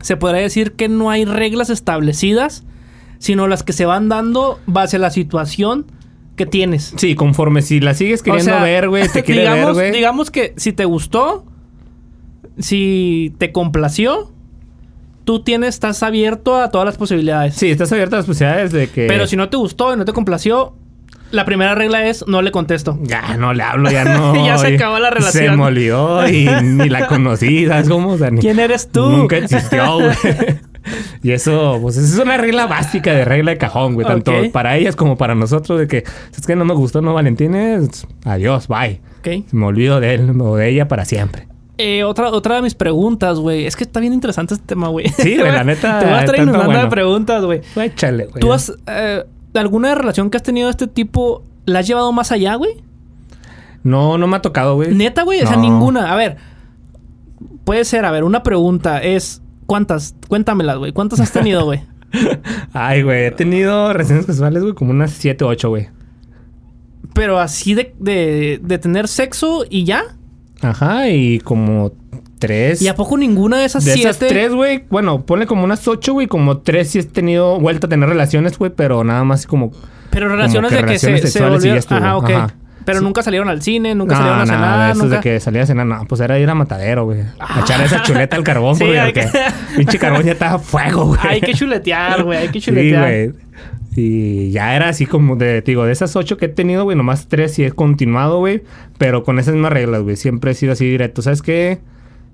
Speaker 2: se podría decir que no hay reglas establecidas, sino las que se van dando base a la situación que tienes.
Speaker 3: Sí, conforme si la sigues queriendo
Speaker 2: O sea,
Speaker 3: ver, güey, te quiere
Speaker 2: digamos,
Speaker 3: ver, güey.
Speaker 2: Digamos que si te gustó, si te complació, tú tienes, estás abierto a todas las posibilidades.
Speaker 3: Sí, estás abierta a las posibilidades de que.
Speaker 2: Pero si no te gustó y no te complació, la primera regla es no le contesto.
Speaker 3: Ya no le hablo, ya no.
Speaker 2: Ya se acabó la
Speaker 3: Se
Speaker 2: relación.
Speaker 3: me olvidó y ni la conocí, ¿sabes cómo? O sea, ni-
Speaker 2: ¿Quién eres tú?
Speaker 3: Nunca existió, güey. Y eso, pues, esa es una regla básica de regla de cajón, güey. Tanto
Speaker 2: Ok.
Speaker 3: para ellas como para nosotros, de que, es que no me gustó, no Valentines, adiós, bye.
Speaker 2: Ok.
Speaker 3: Me olvido de él o de ella para siempre.
Speaker 2: Eh, otra, otra de mis preguntas, güey. Es que está bien interesante este tema, güey.
Speaker 3: Sí, güey, la neta,
Speaker 2: Te voy a estar
Speaker 3: está
Speaker 2: inundando
Speaker 3: bueno.
Speaker 2: de preguntas, güey.
Speaker 3: Güey, chale, Pues, güey.
Speaker 2: ¿Tú has... eh, ¿Alguna relación que has tenido de este tipo la has llevado más allá, güey?
Speaker 3: No, no me ha tocado, güey.
Speaker 2: Neta, güey. O sea,
Speaker 3: No.
Speaker 2: ninguna. A ver. Puede ser, a ver, una pregunta es... ¿Cuántas? Cuéntamelas, güey. ¿Cuántas has tenido, güey?
Speaker 3: Ay, güey, he tenido relaciones sexuales, güey, como unas 7 o 8, güey.
Speaker 2: Pero así de, de, de tener sexo y ya.
Speaker 3: Ajá, y como 3.
Speaker 2: ¿Y a poco ninguna de esas
Speaker 3: De
Speaker 2: siete?
Speaker 3: esas tres, güey, bueno, ponle como unas ocho, güey, como tres sí he tenido vuelta a tener relaciones, güey, pero nada más como...
Speaker 2: Pero relaciones
Speaker 3: que
Speaker 2: de que
Speaker 3: relaciones
Speaker 2: se, se
Speaker 3: sexuales y ya
Speaker 2: volvieron...
Speaker 3: estuvo.
Speaker 2: Ajá, ok.
Speaker 3: Ajá.
Speaker 2: Pero
Speaker 3: Sí.
Speaker 2: nunca salieron al cine, nunca
Speaker 3: No,
Speaker 2: salieron a
Speaker 3: no, de
Speaker 2: cenar,
Speaker 3: esos
Speaker 2: nunca... Ah.
Speaker 3: de que salía a cenar, no, pues era ir a matadero, güey. A echar esa chuleta al carbón,
Speaker 2: Sí,
Speaker 3: güey,
Speaker 2: hay
Speaker 3: porque
Speaker 2: que-
Speaker 3: pinche carbón ya estaba a fuego, güey.
Speaker 2: Hay que chuletear, güey. Hay que
Speaker 3: Sí,
Speaker 2: chuletear.
Speaker 3: güey. Y ya era así como de, te digo, de esas ocho que he tenido, güey, nomás tres sí he continuado, güey. Pero con esas mismas reglas, güey. Siempre he sido así directo. ¿Sabes qué?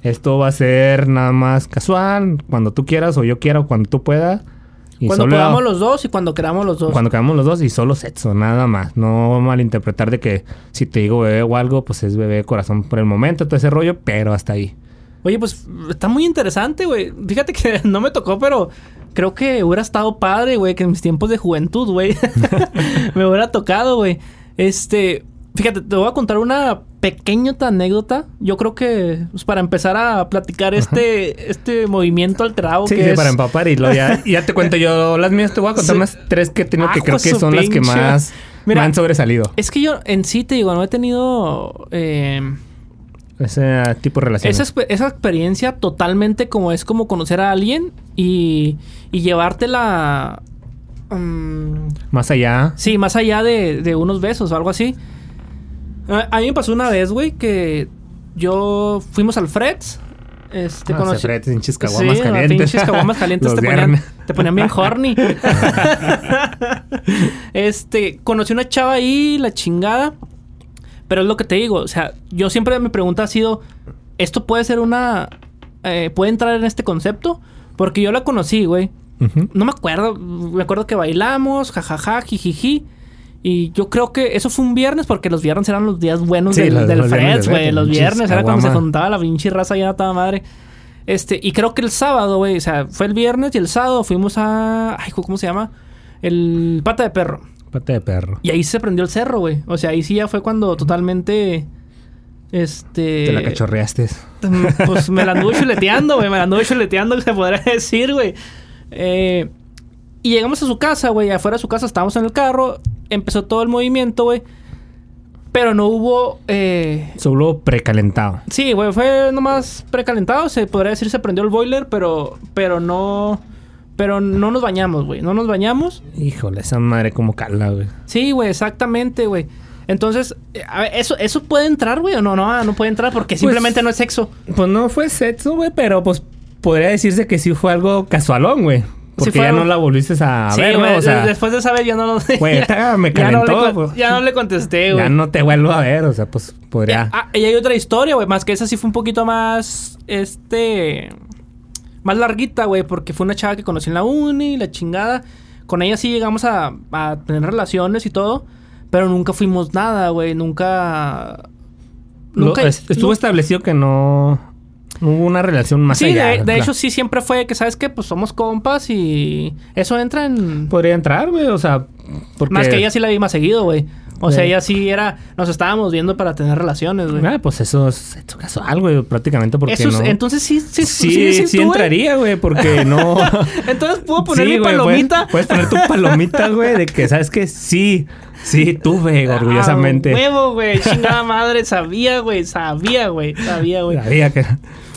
Speaker 3: Esto va a ser nada más casual, cuando tú quieras o yo quiera o cuando tú puedas. Y
Speaker 2: cuando
Speaker 3: solo-
Speaker 2: podamos los dos y cuando queramos los dos.
Speaker 3: Cuando quedamos los dos y solo sexo, nada más. No malinterpretar de que si te digo bebé o algo, pues es bebé de corazón por el momento, todo ese rollo, pero hasta ahí.
Speaker 2: Oye, pues está muy interesante, güey. Fíjate que no me tocó, pero creo que hubiera estado padre, güey, que en mis tiempos de juventud, güey, me hubiera tocado, güey. Este, fíjate, te voy a contar una pequeña anécdota. Yo creo que pues, para empezar a platicar este este movimiento alterado
Speaker 3: Sí,
Speaker 2: que
Speaker 3: sí,
Speaker 2: es
Speaker 3: para empapar y luego ya, y ya te cuento yo las mías. Te voy a contar
Speaker 2: Sí.
Speaker 3: más tres que he tenido que
Speaker 2: Ah,
Speaker 3: creo que
Speaker 2: su
Speaker 3: son las que
Speaker 2: pinche.
Speaker 3: más
Speaker 2: Mira.
Speaker 3: me han sobresalido.
Speaker 2: es que yo en sí te digo, no he tenido eh,
Speaker 3: Ese tipo de relaciones.
Speaker 2: Esa, expe- esa experiencia totalmente como es como conocer a alguien y, y llevártela... mm,
Speaker 3: Más allá.
Speaker 2: sí, más allá de, de unos besos o algo así. A, a mí me pasó una vez, güey, que yo fuimos al Freds. Este,
Speaker 3: Ah,
Speaker 2: conocí-
Speaker 3: se trae pinches caguamas
Speaker 2: Sí, no,
Speaker 3: calientes.
Speaker 2: pinches caguamas calientes
Speaker 3: Los
Speaker 2: te ponían,
Speaker 3: viernes.
Speaker 2: te ponían bien horny. este, conocí una chava ahí, la chingada. Pero es lo que te digo, o sea, yo siempre mi pregunta ha sido, ¿esto puede ser una... eh, ¿Puede entrar en este concepto? Porque yo la conocí, güey.
Speaker 3: Ujú.
Speaker 2: No me acuerdo, me acuerdo que bailamos, jajaja, jijiji. Y yo creo que eso fue un viernes porque los viernes eran los días buenos
Speaker 3: Sí,
Speaker 2: del,
Speaker 3: los-
Speaker 2: del
Speaker 3: los viernes
Speaker 2: Freds,
Speaker 3: de
Speaker 2: güey.
Speaker 3: verde,
Speaker 2: Los
Speaker 3: pinches
Speaker 2: viernes era cuando se
Speaker 3: caguama.
Speaker 2: juntaba la pinche raza ya toda madre. Este, y creo que el sábado, güey, o sea, fue el viernes y el sábado fuimos a. Ay, ¿cómo se llama? El pata de perro.
Speaker 3: Pata de perro.
Speaker 2: Y ahí se prendió el cerro, güey. O sea, ahí sí ya fue cuando totalmente. Este.
Speaker 3: Te la cachorreaste.
Speaker 2: Mm, Pues me la anduve chuleteando, güey. Me la anduve chuleteando, que se podría decir, güey. Eh, y llegamos a su casa, güey. Afuera de su casa estábamos en el carro. Empezó todo el movimiento, güey. Pero no hubo... eh,
Speaker 3: Solo precalentado.
Speaker 2: Sí, güey. Fue nomás precalentado. Se podría decir se prendió el boiler, pero... Pero no... Pero no nos bañamos, güey. No nos bañamos.
Speaker 3: Híjole, esa madre como cala, güey.
Speaker 2: Sí, güey. Exactamente, güey. Entonces, eh, a ver, ¿eso, ¿eso puede entrar, güey? O no, no, ah, no puede entrar porque simplemente no es sexo.
Speaker 3: Pues no fue sexo, güey, pero pues podría decirse que sí fue algo casualón, güey. Porque
Speaker 2: fue
Speaker 3: ya
Speaker 2: algo-
Speaker 3: no la volviste a
Speaker 2: sí,
Speaker 3: ver, ¿no?
Speaker 2: güey,
Speaker 3: O sea,
Speaker 2: después de saber ya no lo
Speaker 3: Güey,
Speaker 2: ya,
Speaker 3: esta me
Speaker 2: ya no le
Speaker 3: calentó,
Speaker 2: con-
Speaker 3: güey.
Speaker 2: ya no le contesté, güey.
Speaker 3: ya no te vuelvo a ver, o sea, pues podría.
Speaker 2: Ah, y hay otra historia, güey, más que esa sí fue un poquito más este más larguita, güey, porque fue una chava que conocí en la uni, la chingada. Con ella sí llegamos a, a tener relaciones y todo, pero nunca fuimos nada, güey, nunca
Speaker 3: Lo-
Speaker 2: nunca
Speaker 3: es- estuvo
Speaker 2: nu-
Speaker 3: establecido que no, no hubo una relación más
Speaker 2: Sí,
Speaker 3: allá.
Speaker 2: de,
Speaker 3: o
Speaker 2: de
Speaker 3: sea,
Speaker 2: hecho sí siempre fue que sabes que pues somos compas y eso entra en
Speaker 3: podría entrar, güey, o sea, porque
Speaker 2: Más que ella sí la vi más seguido, güey. O sea,
Speaker 3: Sí.
Speaker 2: ella sí era... Nos estábamos viendo para tener relaciones, güey.
Speaker 3: Ah, pues eso es sexo casual, güey, prácticamente porque
Speaker 2: Eso es-
Speaker 3: no.
Speaker 2: Entonces sí... Sí,
Speaker 3: sí,
Speaker 2: sí,
Speaker 3: sí,
Speaker 2: tú, güey.
Speaker 3: entraría, güey, porque no.
Speaker 2: Entonces puedo poner
Speaker 3: Sí,
Speaker 2: mi
Speaker 3: güey, pues,
Speaker 2: palomita.
Speaker 3: Puedes, puedes poner tu palomita, güey, de que sabes que sí, sí, tuve
Speaker 2: Ah,
Speaker 3: orgullosamente.
Speaker 2: huevo, güey. Chingada madre. Sabía, güey. Sabía, güey. Sabía, güey.
Speaker 3: Sabía que-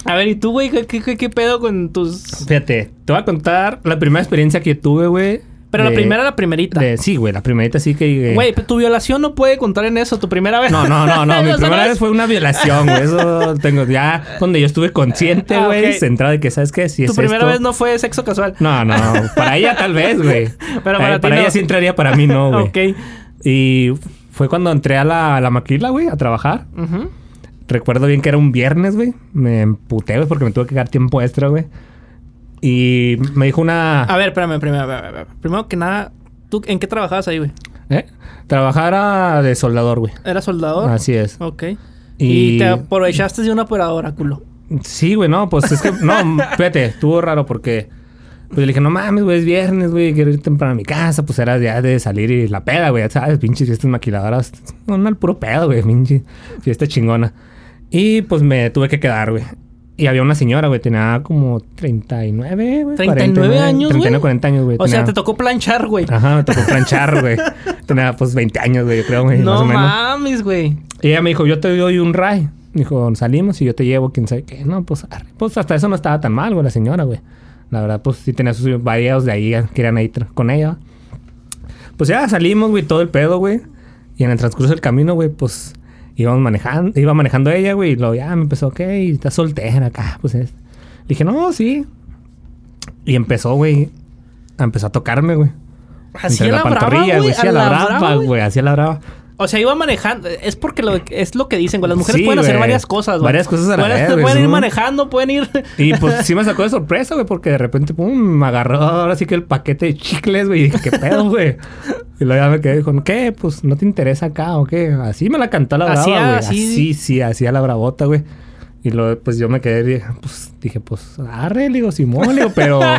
Speaker 2: A ver, ¿y tú, güey? ¿Qué, qué, qué- qué pedo con tus...?
Speaker 3: Fíjate, te voy a contar la primera experiencia que tuve, güey.
Speaker 2: Pero la
Speaker 3: de-
Speaker 2: primera, la primerita.
Speaker 3: de- sí, güey, la primerita sí que.
Speaker 2: Güey, tu violación no puede contar en eso. Tu primera vez.
Speaker 3: No, no, no, no. Mi
Speaker 2: Eso
Speaker 3: primera
Speaker 2: es-
Speaker 3: vez fue una violación, güey. Eso tengo ya donde yo estuve consciente,
Speaker 2: Ah,
Speaker 3: güey,
Speaker 2: ok.
Speaker 3: centrado de que sabes qué, si
Speaker 2: Tu
Speaker 3: es
Speaker 2: primera
Speaker 3: esto-
Speaker 2: vez no fue sexo casual.
Speaker 3: No, no, para ella tal vez, güey.
Speaker 2: Pero
Speaker 3: Eh,
Speaker 2: para ti no.
Speaker 3: ella sí entraría, para mí no, güey.
Speaker 2: ok.
Speaker 3: Y fue cuando entré a la, a la maquila, güey, a trabajar.
Speaker 2: Ujú.
Speaker 3: Recuerdo bien que era un viernes, güey. Me emputé, güey, porque me tuve que dar tiempo extra, güey. Y me dijo una...
Speaker 2: A ver, espérame, primero, a ver, a ver, a ver. primero que nada, ¿tú en qué trabajabas ahí, güey?
Speaker 3: ¿Eh? Trabajara de soldador, güey.
Speaker 2: ¿Eras soldador?
Speaker 3: Así es.
Speaker 2: Ok. Y...
Speaker 3: Y-
Speaker 2: te aprovechaste de una operadora, culo.
Speaker 3: Sí, güey, no, pues es que... No, fíjate, estuvo raro porque... Pues le dije, no mames, güey, es viernes, güey, quiero ir temprano a mi casa. Pues era ya de salir y la peda, güey, ya sabes, pinches fiestas maquiladoras. No, no, el puro pedo, güey, pinche fiesta chingona. Y pues me tuve que quedar, güey. Y había una señora, güey, tenía como 39, güey.
Speaker 2: 39 años, güey.
Speaker 3: 39, 40 años, güey.
Speaker 2: O sea,
Speaker 3: tenía- Ah,
Speaker 2: te tocó planchar, güey.
Speaker 3: Ajá, me tocó planchar, güey. Tenía pues 20 años, güey, yo creo, güey, más
Speaker 2: no
Speaker 3: o menos.
Speaker 2: mames, güey.
Speaker 3: Y ella me dijo, yo te doy un ray. Dijo, salimos y yo te llevo, quién sabe qué. No, pues, arre. pues hasta eso no estaba tan mal, güey, la señora, güey. La verdad, pues sí tenía sus variados de ahí que eran ahí tra- con ella. Pues ya salimos, güey, todo el pedo, güey. Y en el transcurso del camino, güey, pues íbamos manejando, iba manejando ella, güey. Y luego ya me empezó, ok, estás soltera acá, pues es. Le dije, no, sí. Y empezó, güey, a- empezó a tocarme, güey.
Speaker 2: Así
Speaker 3: Entre
Speaker 2: a la brava, güey.
Speaker 3: Así a la brava, güey. Así a la brava.
Speaker 2: O sea, iba manejando. Es porque lo, es lo que dicen, güey. Las mujeres
Speaker 3: Sí,
Speaker 2: pueden hacer
Speaker 3: güey.
Speaker 2: varias cosas, güey.
Speaker 3: Varias cosas a la
Speaker 2: Pueden,
Speaker 3: vez, güey,
Speaker 2: pueden ir
Speaker 3: ¿no?
Speaker 2: manejando, pueden ir...
Speaker 3: Y pues sí me sacó de sorpresa, güey, porque de repente, pum, me agarró ahora sí que el paquete de chicles, güey. Y dije, ¿qué pedo, güey? Y luego ya me quedé con, ¿qué? Pues no te interesa acá o qué. Así me la cantó a la brava,
Speaker 2: Así, ah,
Speaker 3: güey.
Speaker 2: así.
Speaker 3: Así, sí, así a la bravota, güey. Y luego, pues yo me quedé, dije, pues, dije, pues, arre, le digo, Simón, le digo, pero.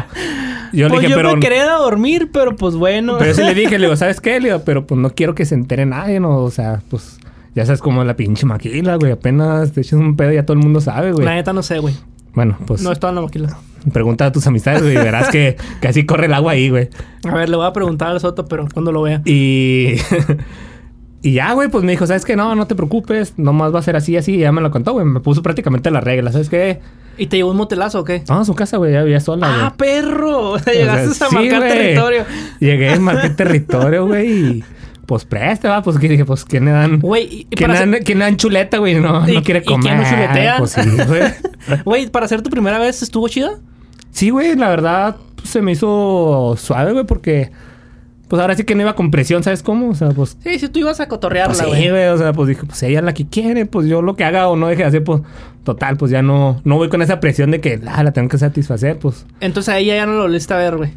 Speaker 3: Yo le
Speaker 2: pues
Speaker 3: dije,
Speaker 2: yo
Speaker 3: pero.
Speaker 2: me quería ir a dormir, pero pues bueno.
Speaker 3: Pero sí le dije, le digo, ¿sabes qué? Le digo, pero pues no quiero que se entere nadie, ¿no? O sea, pues, ya sabes cómo es la pinche maquila, güey. Apenas te echas un pedo, ya todo el mundo sabe, güey.
Speaker 2: La neta no sé, güey.
Speaker 3: Bueno, pues.
Speaker 2: No estaba en la maquila.
Speaker 3: Pregunta a tus amistades güey, y verás que, que así corre el agua ahí, güey.
Speaker 2: A ver, le voy a preguntar al Soto, pero cuando lo vea.
Speaker 3: Y, y ya, güey, pues me dijo, ¿sabes qué? No, no te preocupes, nomás va a ser así, así. Y ya me lo contó, güey. Me puso prácticamente la regla, ¿sabes qué?
Speaker 2: ¿Y te llevó un motelazo o qué?
Speaker 3: No, a su casa, güey, ya vivía sola, güey.
Speaker 2: Ah, perro. O sea,
Speaker 3: O sea,
Speaker 2: llegaste a
Speaker 3: sí,
Speaker 2: marcar
Speaker 3: güey.
Speaker 2: territorio.
Speaker 3: Llegué, marqué territorio, güey. y, pues preste, va, pues que dije, pues ¿quién le dan?
Speaker 2: Güey, y
Speaker 3: ¿Quién
Speaker 2: para
Speaker 3: le dan,
Speaker 2: ser-
Speaker 3: quién le dan chuleta, güey? No,
Speaker 2: ¿Y-
Speaker 3: no quiere
Speaker 2: y quién no
Speaker 3: comer.
Speaker 2: chuletea?
Speaker 3: Pues sí, güey.
Speaker 2: güey, para ser tu primera vez, ¿estuvo chida?
Speaker 3: Sí, güey, la verdad pues, se me hizo suave, güey, porque pues ahora sí que no iba con presión, ¿sabes cómo? O sea, pues
Speaker 2: Sí, sí, tú ibas a cotorrearla,
Speaker 3: Pues
Speaker 2: güey.
Speaker 3: sí, güey. O sea, pues dije, pues ella es la que quiere, pues yo lo que haga o no deje de hacer, pues total, pues ya no, no voy con esa presión de que ah, la tengo que satisfacer, pues.
Speaker 2: Entonces a ella ya no lo volviste a ver, güey.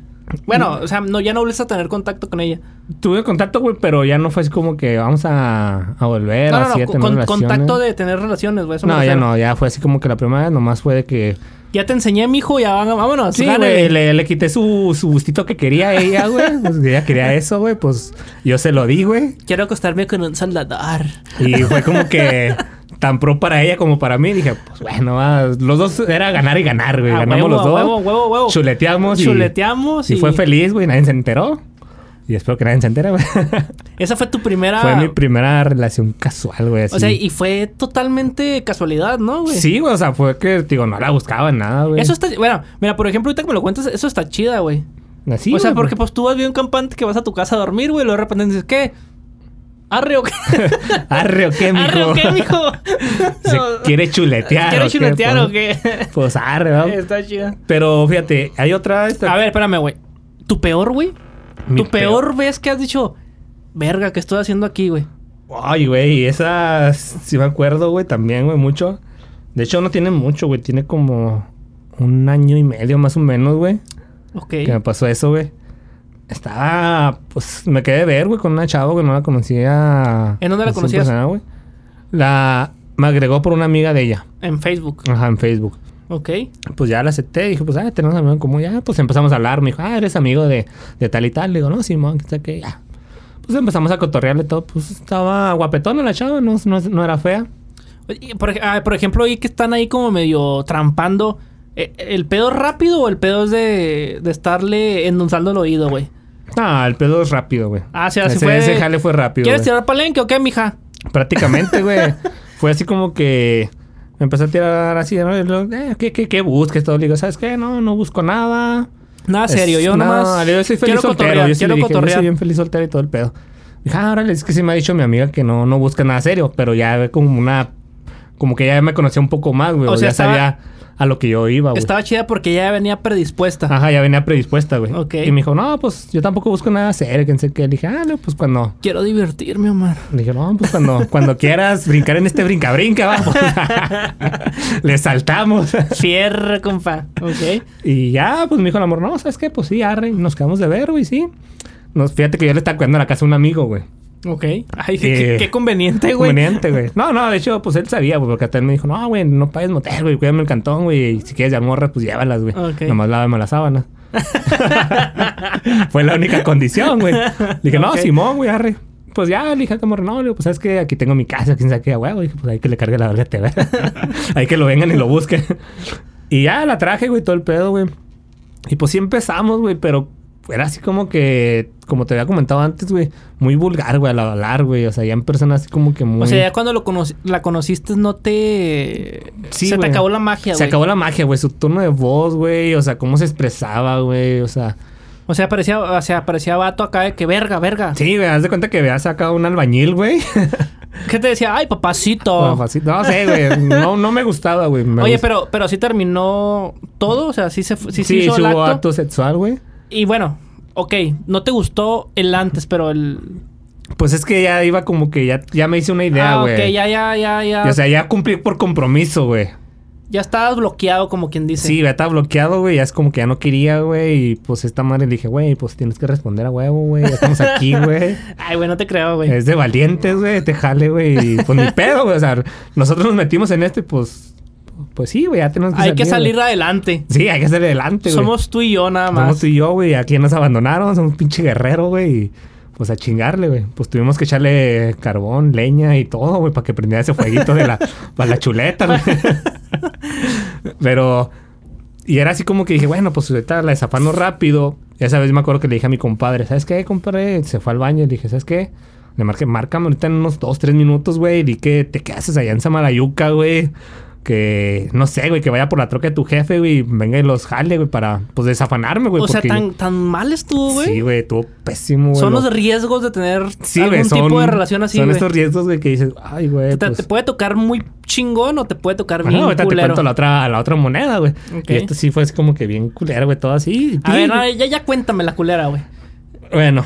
Speaker 2: Bueno,
Speaker 3: Mm.
Speaker 2: o sea, no, ya no volviste a tener contacto con ella.
Speaker 3: Tuve contacto, güey, pero ya no fue así como que vamos a, a volver
Speaker 2: no, no,
Speaker 3: así
Speaker 2: no,
Speaker 3: a tener
Speaker 2: con-
Speaker 3: relaciones.
Speaker 2: contacto de tener relaciones, güey. eso me
Speaker 3: No, ya
Speaker 2: refiero.
Speaker 3: no, ya fue así como que la primera vez nomás fue de que.
Speaker 2: Ya te enseñé, mijo, ya van- vámonos.
Speaker 3: Sí,
Speaker 2: gánale.
Speaker 3: güey, le, le quité su, su gustito que quería a ella, güey. Pues ella quería eso, güey, pues yo se lo di, güey.
Speaker 2: Quiero acostarme con un soldador.
Speaker 3: Y fue como que tan pro para ella como para mí. Dije, pues bueno, va, los dos era ganar y ganar, güey.
Speaker 2: Ah,
Speaker 3: Ganamos
Speaker 2: huevo,
Speaker 3: los dos.
Speaker 2: huevo, huevo, huevo.
Speaker 3: Chuleteamos. y-
Speaker 2: Chuleteamos
Speaker 3: Y,
Speaker 2: y-
Speaker 3: fue feliz, güey. Nadie se enteró. Y espero que nadie se entere, güey.
Speaker 2: Esa fue tu primera.
Speaker 3: Fue mi primera relación casual, güey. así.
Speaker 2: Ah. O sea, y fue totalmente casualidad, ¿no, güey?
Speaker 3: Sí, güey. O sea, fue que, digo, no la buscaba en nada, güey.
Speaker 2: Eso está. Bueno, mira, por ejemplo, ahorita que me lo cuentas, eso está chida, güey.
Speaker 3: Así,
Speaker 2: o sea,
Speaker 3: güey,
Speaker 2: porque pues tú vas bien campante que vas a tu casa a dormir, güey, y luego de repente dices, ¿qué? ¿Arre o qué?
Speaker 3: Arre, ¿o qué,
Speaker 2: pues,
Speaker 3: mijo?
Speaker 2: ¿Arre o qué, mijo?
Speaker 3: Se quiere chuletear.
Speaker 2: ¿Quiere
Speaker 3: ¿o qué?
Speaker 2: chuletear o qué?
Speaker 3: Pues arre, ¿no?
Speaker 2: Está chida.
Speaker 3: Pero fíjate, hay otra. Esta,
Speaker 2: A ver, espérame, güey. ¿Tu peor, güey?
Speaker 3: Mi
Speaker 2: ¿Tu peor vez que has dicho, verga, qué estoy haciendo aquí, güey?
Speaker 3: Ay, güey, esas sí me acuerdo, güey, también, güey, mucho. De hecho, no tiene mucho, güey, tiene como un año y medio más o menos, güey,
Speaker 2: Ok.
Speaker 3: que me pasó eso, güey. Estaba, pues, me quedé de ver, güey, con una chava, güey, no la conocía.
Speaker 2: ¿En dónde la
Speaker 3: así en
Speaker 2: conocías?
Speaker 3: persona, güey. La, me agregó por una amiga de ella,
Speaker 2: En Facebook.
Speaker 3: ajá, en Facebook.
Speaker 2: Ok.
Speaker 3: Pues ya la acepté, dije, pues, ah, tenemos amigo en común, ya, pues empezamos a hablar, me dijo, ah, eres amigo de, de tal y tal, le digo, no, Simón, que está que ya. Pues empezamos a cotorrearle todo, pues estaba guapetona la chava, no, no, no era fea.
Speaker 2: Y Por, ej- ah, por ejemplo, ahí que están ahí como medio trampando. eh, ¿El pedo es rápido o el pedo es de, de estarle endulzando el oído, güey?
Speaker 3: Ah, el pedo es rápido, güey.
Speaker 2: Ah, o sea, se
Speaker 3: ese,
Speaker 2: fue-
Speaker 3: ese jale fue rápido.
Speaker 2: ¿Quieres
Speaker 3: güey.
Speaker 2: tirar palenque o qué, mija?
Speaker 3: Prácticamente, güey. fue así como que me empezó a tirar así, ¿no? Y luego, eh, ¿qué, qué, ¿Qué busques? Todo le digo, ¿sabes qué? No, no busco nada.
Speaker 2: Nada serio,
Speaker 3: Es-
Speaker 2: yo
Speaker 3: no,
Speaker 2: nomás.
Speaker 3: Yo soy feliz
Speaker 2: quiero
Speaker 3: soltero.
Speaker 2: cotorrear,
Speaker 3: yo sí
Speaker 2: quiero
Speaker 3: le dije, yo
Speaker 2: cotorrear.
Speaker 3: soy bien feliz soltero y todo el pedo. Dije, ah, órale, es que sí me ha dicho mi amiga que no, no busca nada serio, pero ya ve como una. Como que ya me conocía un poco más, güey.
Speaker 2: O
Speaker 3: O
Speaker 2: sea,
Speaker 3: sea, ya
Speaker 2: estaba-
Speaker 3: sabía a lo que yo iba, güey.
Speaker 2: Estaba chida porque ya venía predispuesta.
Speaker 3: Ajá, ya venía predispuesta, güey.
Speaker 2: Ok.
Speaker 3: Y me dijo, no, pues yo tampoco busco nada serio, que no sé qué. Le dije, ah, no, pues cuando.
Speaker 2: Quiero divertirme, Omar.
Speaker 3: Le dije, no, pues cuando, cuando quieras brincar en este brinca-brinca, vamos. Le saltamos.
Speaker 2: Fierro, compa. Ok.
Speaker 3: Y ya, pues me dijo el amor, no, ¿sabes qué? Pues sí, arre, y nos quedamos de ver, güey, sí. Nos, fíjate que yo le estaba cuidando la casa a un amigo, güey.
Speaker 2: Ok. Ay, qué,
Speaker 3: Eh,
Speaker 2: qué conveniente, güey.
Speaker 3: Conveniente, güey. No, no, de hecho, pues él sabía, güey, porque hasta él me dijo, no, güey, no pagues motel, güey, cuídame el cantón, güey. Y si quieres ya morras, pues llévalas, güey.
Speaker 2: Ok.
Speaker 3: Nomás lávame las sábanas. Fue la única condición, güey. Le dije, no,
Speaker 2: Ok.
Speaker 3: Simón, güey, arre. Pues ya, le dije al morra, no, le digo, pues sabes que aquí tengo mi casa, quién sabe qué, güey. Dije, pues hay que le cargue la verga a TV. hay que lo vengan y lo busquen. y ya la traje, güey, todo el pedo, güey. Y pues sí empezamos, güey, pero era así como que, como te había comentado antes, güey, muy vulgar, güey, al hablar, güey. O sea, ya en persona así como que muy.
Speaker 2: O sea, ya cuando lo conoci- la conociste, no te.
Speaker 3: Sí,
Speaker 2: Se
Speaker 3: güey.
Speaker 2: te acabó la magia,
Speaker 3: se
Speaker 2: güey.
Speaker 3: acabó la magia, güey. Su tono de voz, güey. O sea, cómo se expresaba, güey. O sea,
Speaker 2: O sea, parecía, o sea, parecía vato acá de que verga, verga.
Speaker 3: sí, güey, haz de cuenta que había sacado un albañil, güey.
Speaker 2: ¿Qué te decía? Ay, papacito.
Speaker 3: Bueno, pues así- no sé, güey. No, no me gustaba, güey. Me
Speaker 2: Oh. Oye,
Speaker 3: gust-
Speaker 2: pero, pero sí terminó todo, o sea, sí se, fu- sí,
Speaker 3: Sí,
Speaker 2: se
Speaker 3: sí,
Speaker 2: hizo el
Speaker 3: hubo
Speaker 2: acto.
Speaker 3: acto sexual, güey.
Speaker 2: Y bueno, ok, no te gustó el antes, pero el.
Speaker 3: Pues es que ya iba como que ya, ya me hice una idea,
Speaker 2: ah,
Speaker 3: güey.
Speaker 2: ok, ya, ya, ya, ya.
Speaker 3: Y, O sea, ya cumplí por compromiso, güey.
Speaker 2: ya estabas bloqueado, como quien dice.
Speaker 3: Sí, ya estaba bloqueado, güey. Ya es como que ya no quería, güey. Y pues esta madre le dije, güey, pues tienes que responder a huevo, güey. Ya estamos aquí, güey.
Speaker 2: Ay, güey, no te creo, güey.
Speaker 3: es de valientes, güey. Te jale, güey. Y pues ni pedo, güey. O sea, nosotros nos metimos en esto y pues. Pues sí, güey. Ya tenemos que
Speaker 2: Hay que
Speaker 3: salir,
Speaker 2: salir
Speaker 3: güey.
Speaker 2: adelante.
Speaker 3: Sí, hay que salir adelante, güey.
Speaker 2: Somos tú y yo nada más.
Speaker 3: Somos tú y yo, güey. Aquí nos abandonaron. Somos pinche guerrero, güey. Y pues a chingarle, güey. Pues tuvimos que echarle carbón, leña y todo, güey, para que prendiera ese fueguito de la, para la chuleta, güey. Pero. Y era así como que dije, bueno, pues ahorita la desapano rápido. Y esa vez me acuerdo que le dije a mi compadre, ¿sabes qué, compadre? Se fue al baño y le dije, ¿sabes qué? Le marqué, márcame ahorita en unos dos, tres minutos, güey. Y di que te quedas allá en Samalayuca, güey. que, no sé, güey, que vaya por la troca de tu jefe, güey, y venga y los jale, güey, para, pues, desafanarme, güey.
Speaker 2: o sea,
Speaker 3: porque-
Speaker 2: tan, tan mal estuvo, güey.
Speaker 3: Sí, güey, estuvo pésimo, güey.
Speaker 2: son
Speaker 3: lo-
Speaker 2: los riesgos de tener
Speaker 3: Sí,
Speaker 2: algún
Speaker 3: güey, son-
Speaker 2: tipo de relación así,
Speaker 3: Son
Speaker 2: güey.
Speaker 3: estos riesgos, güey, que dices, ay, güey,
Speaker 2: Te, te
Speaker 3: pues...
Speaker 2: puede tocar muy chingón o te puede tocar
Speaker 3: Ajá,
Speaker 2: bien
Speaker 3: ahorita te
Speaker 2: culero.
Speaker 3: cuento la otra, la otra moneda, güey.
Speaker 2: Ok.
Speaker 3: Y esto sí fue así como que bien culero, güey, todo así.
Speaker 2: A
Speaker 3: Sí.
Speaker 2: ver, a ver, ya, ya cuéntame la culera, güey.
Speaker 3: Bueno,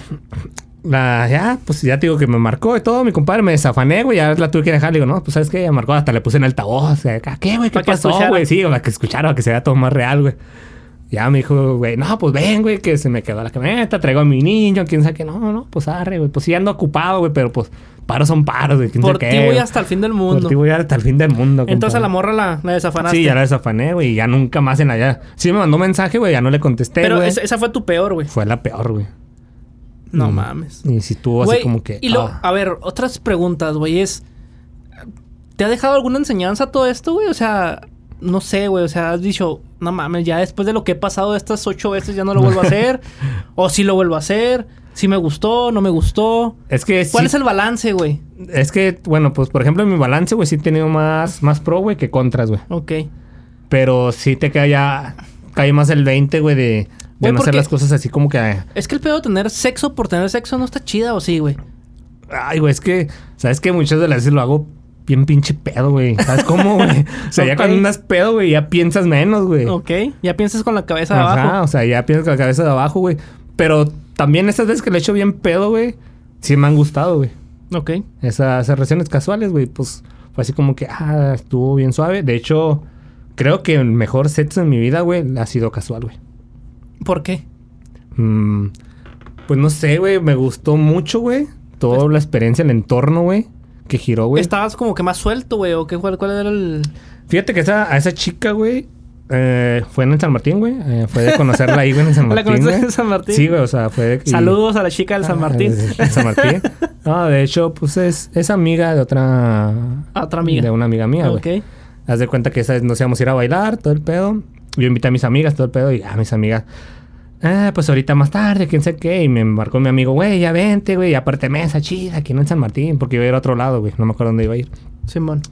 Speaker 3: la- ya, pues ya te digo que me marcó y todo, mi compadre, me desafané, güey, ya la tuve que dejar, le digo, no, pues sabes qué, ya marcó, hasta le puse en altavoz, o sea, acá, ¿qué, güey? ¿Qué
Speaker 2: Para que
Speaker 3: pasó,
Speaker 2: escuchara.
Speaker 3: güey? Sí, para que escuchara, para que se vea todo más real, güey. Ya me dijo, güey, no, pues ven, güey, que se me quedó la camioneta, traigo a mi niño, quién sabe qué, no, no, pues arre, güey, pues sí ando ocupado, güey, pero pues paros son paros, güey, quién
Speaker 2: Por
Speaker 3: sabe
Speaker 2: ti
Speaker 3: qué.
Speaker 2: voy
Speaker 3: güey.
Speaker 2: hasta el fin del
Speaker 3: Por ti
Speaker 2: mundo.
Speaker 3: voy hasta el fin del mundo.
Speaker 2: Entonces a la
Speaker 3: compadre.
Speaker 2: morra la, la desafanaste.
Speaker 3: Sí, ya la desafané, güey, y ya nunca más en allá. Sí me mandó mensaje, güey, ya no le contesté,
Speaker 2: Pero
Speaker 3: güey.
Speaker 2: esa, esa fue tu peor, güey.
Speaker 3: Fue la peor, güey.
Speaker 2: No
Speaker 3: Mm.
Speaker 2: mames.
Speaker 3: Y si tú así
Speaker 2: Güey,
Speaker 3: como que...
Speaker 2: Y lo,
Speaker 3: ah.
Speaker 2: a ver, otras preguntas, güey, es. ¿Te ha dejado alguna enseñanza todo esto, güey? O sea, no sé, güey. O sea, has dicho, no mames, ya después de lo que he pasado estas ocho veces ya no lo vuelvo a hacer. o si lo vuelvo a hacer. Si me gustó, no me gustó.
Speaker 3: Es que
Speaker 2: ¿Cuál
Speaker 3: sí-
Speaker 2: es el balance, güey?
Speaker 3: es que, bueno, pues por ejemplo en mi balance, güey, sí he tenido más, más pro, güey, que contras, güey.
Speaker 2: Ok.
Speaker 3: Pero sí te cae ya, cae más el 20, güey, de, de
Speaker 2: Güey,
Speaker 3: no hacer
Speaker 2: porque-
Speaker 3: las cosas así como que...
Speaker 2: Es que el pedo de tener sexo por tener sexo no está chida, ¿o sí, güey?
Speaker 3: Ay, güey, es que, ¿sabes que Muchas de las veces lo hago bien pinche pedo, güey. ¿Sabes cómo, güey? o sea, ya
Speaker 2: Ok.
Speaker 3: cuando andas pedo, güey, ya piensas menos, güey.
Speaker 2: Ok. Ya piensas con la cabeza
Speaker 3: Ajá,
Speaker 2: abajo.
Speaker 3: o sea, ya piensas con la cabeza de abajo, güey. Pero también estas veces que le he hecho bien pedo, güey, sí me han gustado, güey.
Speaker 2: Ok.
Speaker 3: Esas esas relaciones casuales, güey, pues fue así como que, ah, estuvo bien suave. De hecho, creo que el mejor sexo en mi vida, güey, ha sido casual, güey.
Speaker 2: ¿Por qué?
Speaker 3: Mm, pues no sé, güey, me gustó mucho, güey. Toda la experiencia, el entorno, güey, que giró, güey.
Speaker 2: Estabas como que más suelto, güey. ¿O qué, cuál, cuál era el...?
Speaker 3: Fíjate que esa, a esa chica, güey, eh, fue en el San Martín, güey. Eh, fue de conocerla ahí, güey, en el San
Speaker 2: ¿La
Speaker 3: Martín.
Speaker 2: conociste
Speaker 3: güey.
Speaker 2: en San Martín?
Speaker 3: Sí, güey, o sea, fue de... y-
Speaker 2: Saludos a la chica del San
Speaker 3: Ah,
Speaker 2: Martín.
Speaker 3: de- de San Martín. No, de hecho, pues es, es amiga de otra...
Speaker 2: A otra amiga.
Speaker 3: De una amiga mía, güey.
Speaker 2: ok.
Speaker 3: Haz de cuenta que esa vez nos íbamos a ir a bailar, todo el pedo. Yo invité a mis amigas, todo el pedo, y a mis amigas. Ah, pues ahorita más tarde, quién sé qué. Y me marcó mi amigo, güey, ya vente, güey, aparte mesa chida, aquí no en San Martín, porque iba a ir a otro lado, güey, no me acuerdo dónde iba a ir.
Speaker 2: Simón.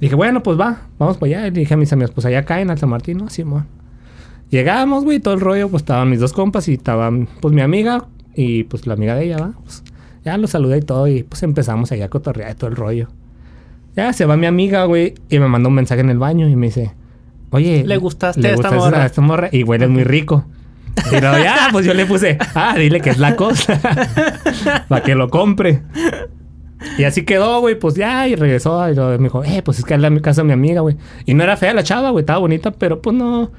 Speaker 3: Dije, bueno, pues va, vamos para allá. Y le dije a mis amigos, pues allá caen al San Martín, ¿no? Simón. Llegamos, güey, todo el rollo, pues estaban mis dos compas y estaban, pues mi amiga y pues la amiga de ella, ¿va? Pues, ya los saludé y todo y pues empezamos allá a cotorrear y todo el rollo. Ya se va mi amiga, güey, y me mandó un mensaje en el baño y me dice, oye,
Speaker 2: ¿Le gustaste a esta morra?"
Speaker 3: a esta morra y huele muy rico. Y luego, ya, pues yo le puse, ah, dile que es la cosa, para que lo compre. Y así quedó, güey, pues ya, y regresó. Y luego me dijo, eh, pues es que es la mi- casa de mi amiga, güey. Y no era fea la chava, güey, estaba bonita, pero pues no.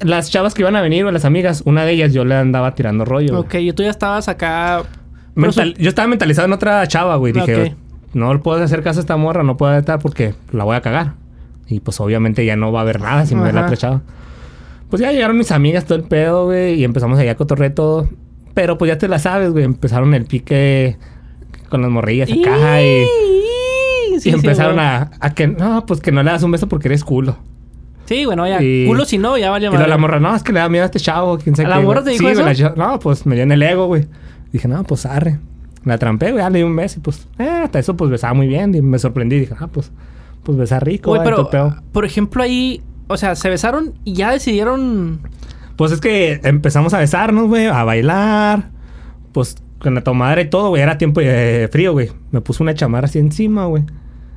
Speaker 3: Las chavas que iban a venir, o las amigas, una de ellas yo le andaba tirando rollo. güey.
Speaker 2: Ok, y tú ya estabas acá...
Speaker 3: Mental-
Speaker 2: Pero
Speaker 3: Yo estaba mentalizado en otra chava, güey. Dije,
Speaker 2: Ok.
Speaker 3: no le puedo hacer caso a esta morra, no puedo estar porque la voy a cagar. Y pues obviamente ya no va a haber nada si me ve la
Speaker 2: Ajá.
Speaker 3: otra chava. Pues ya llegaron mis amigas, todo el pedo, güey, y empezamos allá a cotorrear todo. Pero pues ya te la sabes, güey. Empezaron el pique con las morrillas
Speaker 2: su-
Speaker 3: acá y.
Speaker 2: Sí, sí,
Speaker 3: y empezaron
Speaker 2: güey.
Speaker 3: a, a que no, pues que no le das un beso porque eres culo.
Speaker 2: Sí, bueno, ya.
Speaker 3: y-
Speaker 2: Culo si no, ya vale
Speaker 3: y luego
Speaker 2: madre.
Speaker 3: la morra, no, es que le da miedo a este chavo. ¿quién sabe
Speaker 2: ¿A la
Speaker 3: qué,
Speaker 2: morra
Speaker 3: güey".
Speaker 2: te dijo
Speaker 3: Sí, güey,
Speaker 2: eso?
Speaker 3: la chava- no, pues me dio en el ego, güey. Dije, no, pues arre. La trampé, güey, ah, le di un beso y pues, eh, hasta eso pues besaba muy bien. Y me sorprendí, dije, ah, pues, pues besa rico,
Speaker 2: Güey,
Speaker 3: güey, todo
Speaker 2: pero...
Speaker 3: el pedo".
Speaker 2: Por ejemplo, ahí... O sea, se besaron y ya decidieron...
Speaker 3: Pues es que empezamos a besarnos, güey, a bailar. Pues con la tomadera y todo, güey. Era tiempo eh, frío, güey. Me puso una chamarra así encima, güey.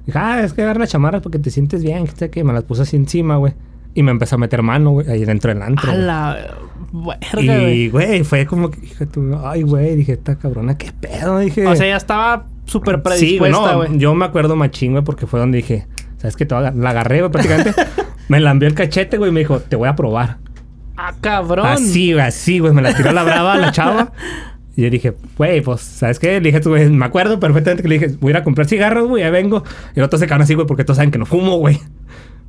Speaker 3: Dije, ah, es que agarra las chamarras porque te sientes bien. Que sé que me las puse así encima, güey. Y me empezó a meter mano, güey, ahí dentro del antro.
Speaker 2: A
Speaker 3: güey.
Speaker 2: la... Verga, güey.
Speaker 3: Y, güey, fue como que, dije tú, ay, güey, dije, esta cabrona, qué pedo, dije.
Speaker 2: O sea, ya estaba súper
Speaker 3: Sí, güey,
Speaker 2: predispuesta,
Speaker 3: no,
Speaker 2: güey.
Speaker 3: yo me acuerdo machín, güey, porque fue donde dije, ¿sabes qué? Te voy a agar- la agarré, güey, prácticamente. me la envió el cachete, güey, y me dijo, te voy a probar.
Speaker 2: Ah, cabrón.
Speaker 3: Así, güey, así, güey. Me la tiró la brava la chava. Y yo dije, güey, pues, ¿sabes qué? Le dije, a estos güeyes, me acuerdo perfectamente que le dije, voy a ir a comprar cigarros, güey, ya vengo. Y los otros se quedaron así, güey, porque todos saben que no fumo, güey.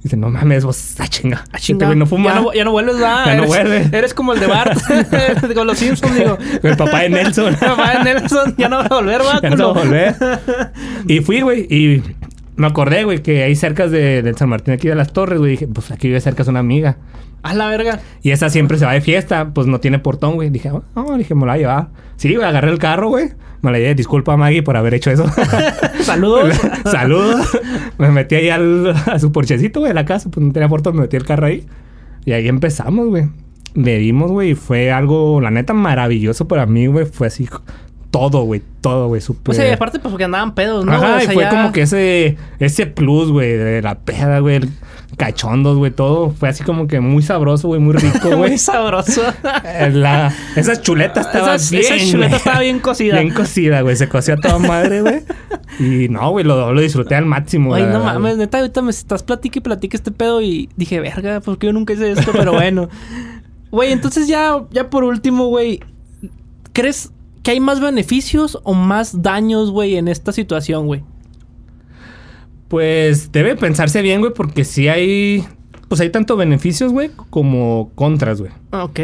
Speaker 3: Dice, no mames, vos, ah, chinga.
Speaker 2: Ah,
Speaker 3: este
Speaker 2: chinga.
Speaker 3: güey no fuma.
Speaker 2: Ya no, ya no vuelves a.
Speaker 3: Ya no vuelve.
Speaker 2: Eres como el de Bart. con los Simpsons, digo.
Speaker 3: El papá de Nelson.
Speaker 2: Papá de Nelson, ya no va a volver, va,
Speaker 3: Ya no se va a
Speaker 2: culo.
Speaker 3: volver. Y fui, güey, y me acordé, güey, que ahí cerca de, del San Martín, aquí de las Torres, güey, dije, pues aquí vive cerca es una amiga.
Speaker 2: A la verga.
Speaker 3: Y esa siempre se va de fiesta, pues no tiene portón, güey. Dije, oh, no, dije, me la voy a llevar. Sí, güey, agarré el carro, güey. Me la llevé. Disculpa, Maggie, por haber hecho eso.
Speaker 2: Saludos.
Speaker 3: Pues, Saludos. me metí ahí al, a su porchecito, güey, de la casa. Pues no tenía portón, me metí el carro ahí. Y ahí empezamos, güey. Le dimos, güey, y fue algo, la neta, maravilloso para mí, güey. Fue así, todo, güey, todo, güey, súper.
Speaker 2: Pues eh, aparte, pues porque andaban pedos, ¿no?
Speaker 3: Ajá,
Speaker 2: O
Speaker 3: y
Speaker 2: sea,
Speaker 3: fue
Speaker 2: ya-
Speaker 3: como que ese, ese plus, güey, de la peda, güey, el cachondos, güey, todo. Fue así como que muy sabroso, güey, muy rico, güey.
Speaker 2: Muy sabroso.
Speaker 3: Eh, la- esas chuletas estaban
Speaker 2: Esas-
Speaker 3: bien.
Speaker 2: esa chuleta
Speaker 3: güey.
Speaker 2: estaba bien cocida.
Speaker 3: Bien cocida, güey. Se coció a toda madre, güey. Y no, güey, lo, lo disfruté al máximo.
Speaker 2: Ay,
Speaker 3: la
Speaker 2: no
Speaker 3: verdad,
Speaker 2: mames,
Speaker 3: güey.
Speaker 2: neta, ahorita me estás platique y platique este pedo y dije, verga, porque yo nunca hice esto, pero bueno. Güey, entonces ya, ya por último, güey, ¿crees que hay más beneficios o más daños, güey, en esta situación, güey?
Speaker 3: Pues debe pensarse bien, güey, porque sí hay. Pues hay tanto beneficios, güey, como contras, güey.
Speaker 2: Ok.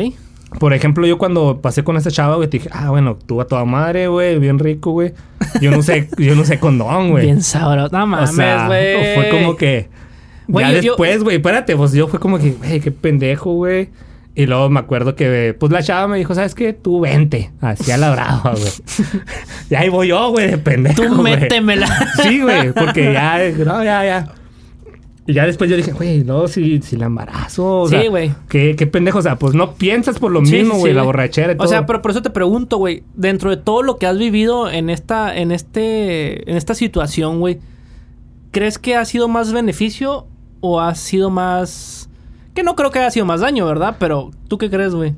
Speaker 3: Por ejemplo, yo cuando pasé con esta chava, güey, te dije, ah, bueno, tú a toda madre, güey, bien rico, güey. Yo no sé, yo no sé condón, güey.
Speaker 2: Bien sabroso. No
Speaker 3: O
Speaker 2: mames,
Speaker 3: sea,
Speaker 2: güey.
Speaker 3: fue como que.
Speaker 2: Güey,
Speaker 3: ya
Speaker 2: yo- yo-
Speaker 3: después, güey, espérate, pues yo fue como que, güey, qué pendejo, güey. Y luego me acuerdo que, pues la chava me dijo, ¿sabes qué? Tú vente. Así a la brava, güey. y ahí voy yo, güey, de pendejo.
Speaker 2: Tú
Speaker 3: güey.
Speaker 2: métemela.
Speaker 3: Sí, güey, porque ya, eh, no, ya, ya. Y ya después yo dije, güey, no, si, si la embarazo. o
Speaker 2: Sí,
Speaker 3: sea,
Speaker 2: güey.
Speaker 3: Qué, qué pendejo, o sea, pues no piensas por lo
Speaker 2: Sí,
Speaker 3: mismo,
Speaker 2: sí,
Speaker 3: güey,
Speaker 2: sí,
Speaker 3: la borrachera y todo.
Speaker 2: O sea, pero por eso te pregunto, güey, dentro de todo lo que has vivido en esta, en este, en esta situación, güey, ¿crees que ha sido más beneficio o ha sido más... Que no creo que haya sido más daño, ¿verdad? Pero, ¿tú qué crees, güey?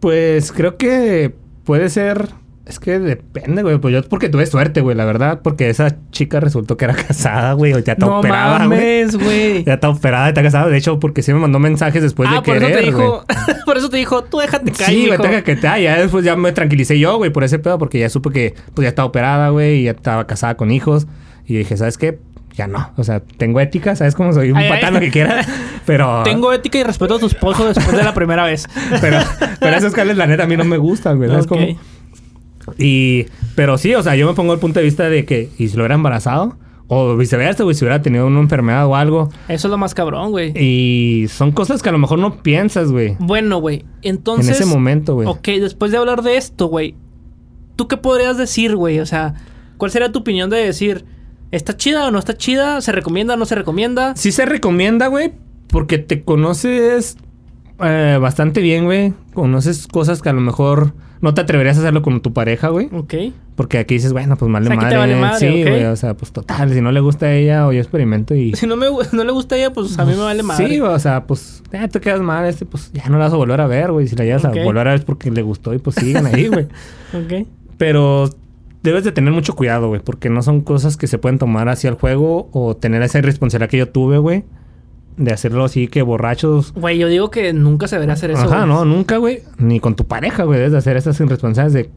Speaker 3: Pues creo que puede ser. Es que depende, güey. Pues yo porque tuve suerte, güey, la verdad. Porque esa chica resultó que era casada, güey. o Ya está operada, güey.
Speaker 2: güey.
Speaker 3: Ya está operada, está casada. De hecho, porque sí me mandó mensajes después
Speaker 2: ah,
Speaker 3: de
Speaker 2: por
Speaker 3: querer,
Speaker 2: eso te
Speaker 3: güey.
Speaker 2: dijo... por eso te dijo, tú déjate caer,
Speaker 3: Sí, güey,
Speaker 2: hijo".
Speaker 3: tenga que te ah, Ya después ya me tranquilicé yo, güey, por ese pedo. Porque ya supe que pues ya estaba operada, güey. Y ya estaba casada con hijos. Y dije, ¿sabes qué? Ya no. O sea, tengo ética. ¿Sabes cómo soy? Un
Speaker 2: Ay, ay.
Speaker 3: patán lo que quiera. Pero...
Speaker 2: Tengo ética y respeto a tu esposo después de la primera vez.
Speaker 3: Pero, pero esos cales, la neta, a mí no me gustan, güey. ¿Sabes
Speaker 2: Ok.
Speaker 3: cómo? Y, pero sí, o sea, yo me pongo el punto de vista de que, ¿y si lo hubiera embarazado? O viceversa, güey, si hubiera tenido una enfermedad o algo.
Speaker 2: Eso es lo más cabrón, güey.
Speaker 3: Y son cosas que a lo mejor no piensas, güey.
Speaker 2: Bueno, güey,
Speaker 3: En
Speaker 2: entonces...
Speaker 3: ese momento, güey.
Speaker 2: Ok, después de hablar de esto, güey, ¿tú qué podrías decir, güey? O sea, ¿cuál sería tu opinión de decir, ¿está chida o no está chida? ¿Se recomienda o no se recomienda?
Speaker 3: Sí se recomienda, güey, porque te conoces eh, bastante bien, güey. Conoces cosas que a lo mejor no te atreverías a hacerlo con tu pareja, güey.
Speaker 2: Ok.
Speaker 3: Porque aquí dices, bueno, pues mal
Speaker 2: O sea, aquí te
Speaker 3: madre.
Speaker 2: vale madre,
Speaker 3: sí,
Speaker 2: ok.
Speaker 3: güey, o sea, pues total, si no le gusta a ella o yo experimento y...
Speaker 2: Si no, me, gu- no le gusta a ella, pues a mí me vale madre.
Speaker 3: Sí, o sea, pues ya te quedas mal, este, pues ya no la vas a volver a ver, güey. Si la llevas
Speaker 2: Ok.
Speaker 3: a volver a ver es porque le gustó y pues siguen ahí, güey.
Speaker 2: Ok.
Speaker 3: Pero debes de tener mucho cuidado, güey, porque no son cosas que se pueden tomar hacia el juego o tener esa irresponsabilidad que yo tuve, güey, de hacerlo así que borrachos.
Speaker 2: Güey, yo digo que nunca se debería hacer eso.
Speaker 3: Ajá,
Speaker 2: güey.
Speaker 3: no, nunca, güey. Ni con tu pareja, güey. Debes de hacer esas irresponsabilidades de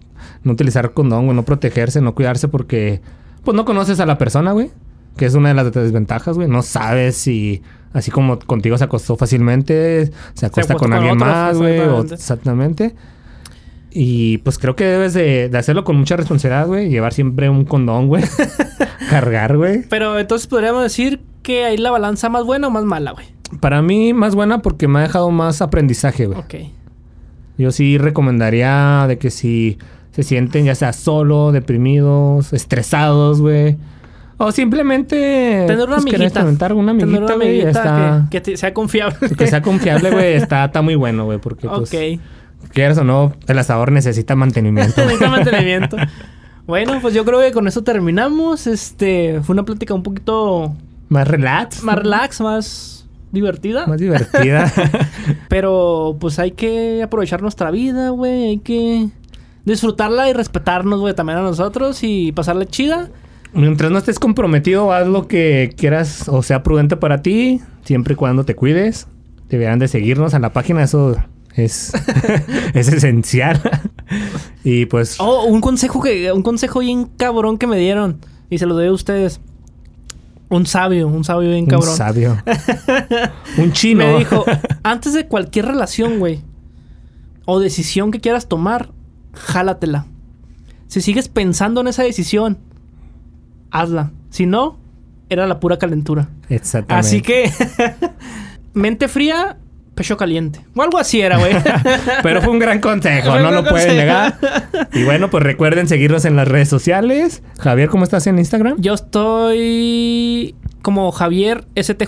Speaker 3: no utilizar condón, güey, no protegerse, no cuidarse porque, pues no conoces a la persona, güey. Que es una de las desventajas, güey. No sabes si, así como contigo se acostó fácilmente, se
Speaker 2: acuesta
Speaker 3: acuesta con,
Speaker 2: con
Speaker 3: alguien
Speaker 2: otros,
Speaker 3: más, güey. o-
Speaker 2: exactamente.
Speaker 3: Exactamente. Y pues creo que debes de, de hacerlo con mucha responsabilidad, güey. Llevar siempre un condón, güey. Cargar, güey.
Speaker 2: Pero entonces podríamos decir que hay la balanza más buena o más mala, güey.
Speaker 3: Para mí, más buena porque me ha dejado más aprendizaje, güey. Eh,
Speaker 2: Ok.
Speaker 3: Yo sí recomendaría de que si se sienten ya sea solo, deprimidos, estresados, güey. O simplemente...
Speaker 2: Tener una
Speaker 3: pues, querer
Speaker 2: amiguita.
Speaker 3: experimentar una
Speaker 2: Tener
Speaker 3: amiguita,
Speaker 2: una
Speaker 3: güey,
Speaker 2: amiguita
Speaker 3: está...
Speaker 2: que, que te- sea confiable.
Speaker 3: Que sea confiable, güey, está, está muy bueno, güey, porque
Speaker 2: Ok.
Speaker 3: pues, quieras o no, el asador necesita mantenimiento.
Speaker 2: Necesita este mantenimiento. Bueno, pues yo creo que con eso terminamos. Este, fue una plática un poquito
Speaker 3: más relax,
Speaker 2: más relax, más divertida.
Speaker 3: más divertida.
Speaker 2: Pero pues hay que aprovechar nuestra vida, güey. Hay que disfrutarla y respetarnos, güey, también a nosotros y pasarla chida.
Speaker 3: Mientras no estés comprometido, haz lo que quieras o sea prudente para ti, siempre y cuando te cuides. Deberán de seguirnos a la página, eso es, es esencial. y pues,
Speaker 2: Oh, un consejo que, un consejo bien cabrón que me dieron. Y se lo doy a ustedes. Un sabio, un sabio bien
Speaker 3: un
Speaker 2: cabrón.
Speaker 3: sabio. un chino.
Speaker 2: Me dijo, antes de cualquier relación, güey, o decisión que quieras tomar, jálatela. Si sigues pensando en esa decisión, hazla. Si no, era la pura calentura.
Speaker 3: Exactamente.
Speaker 2: Así que mente fría, pecho caliente. O algo así era, güey.
Speaker 3: Pero fue un gran consejo,
Speaker 2: Fue un
Speaker 3: no
Speaker 2: gran
Speaker 3: lo pueden
Speaker 2: consejo.
Speaker 3: negar. Y bueno, pues recuerden seguirnos en las redes sociales. Javier, ¿cómo estás en Instagram?
Speaker 2: Yo estoy como Javier STJ.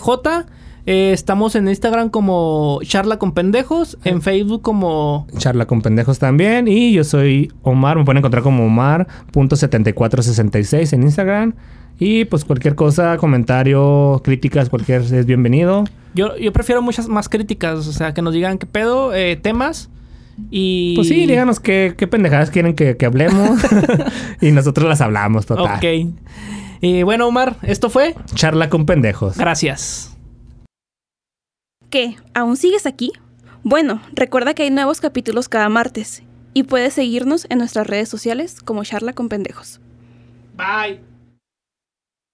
Speaker 2: eh, estamos en Instagram como charla con pendejos, en Facebook como
Speaker 3: Charla con pendejos también. Y yo soy Omar, me pueden encontrar como Omar.7466 en Instagram. Y pues cualquier cosa, comentario, críticas, cualquier es bienvenido.
Speaker 2: yo, yo prefiero muchas más críticas, o sea, que nos digan qué pedo, eh, temas y
Speaker 3: Pues sí, díganos qué, qué pendejadas quieren que, que hablemos. y nosotros las hablamos, total.
Speaker 2: Ok. Y bueno, Omar, esto fue.
Speaker 3: Charla con pendejos.
Speaker 2: Gracias.
Speaker 1: ¿Qué? ¿Aún sigues aquí? Bueno, recuerda que hay nuevos capítulos cada martes y puedes seguirnos en nuestras redes sociales como Charla con Pendejos.
Speaker 2: Bye.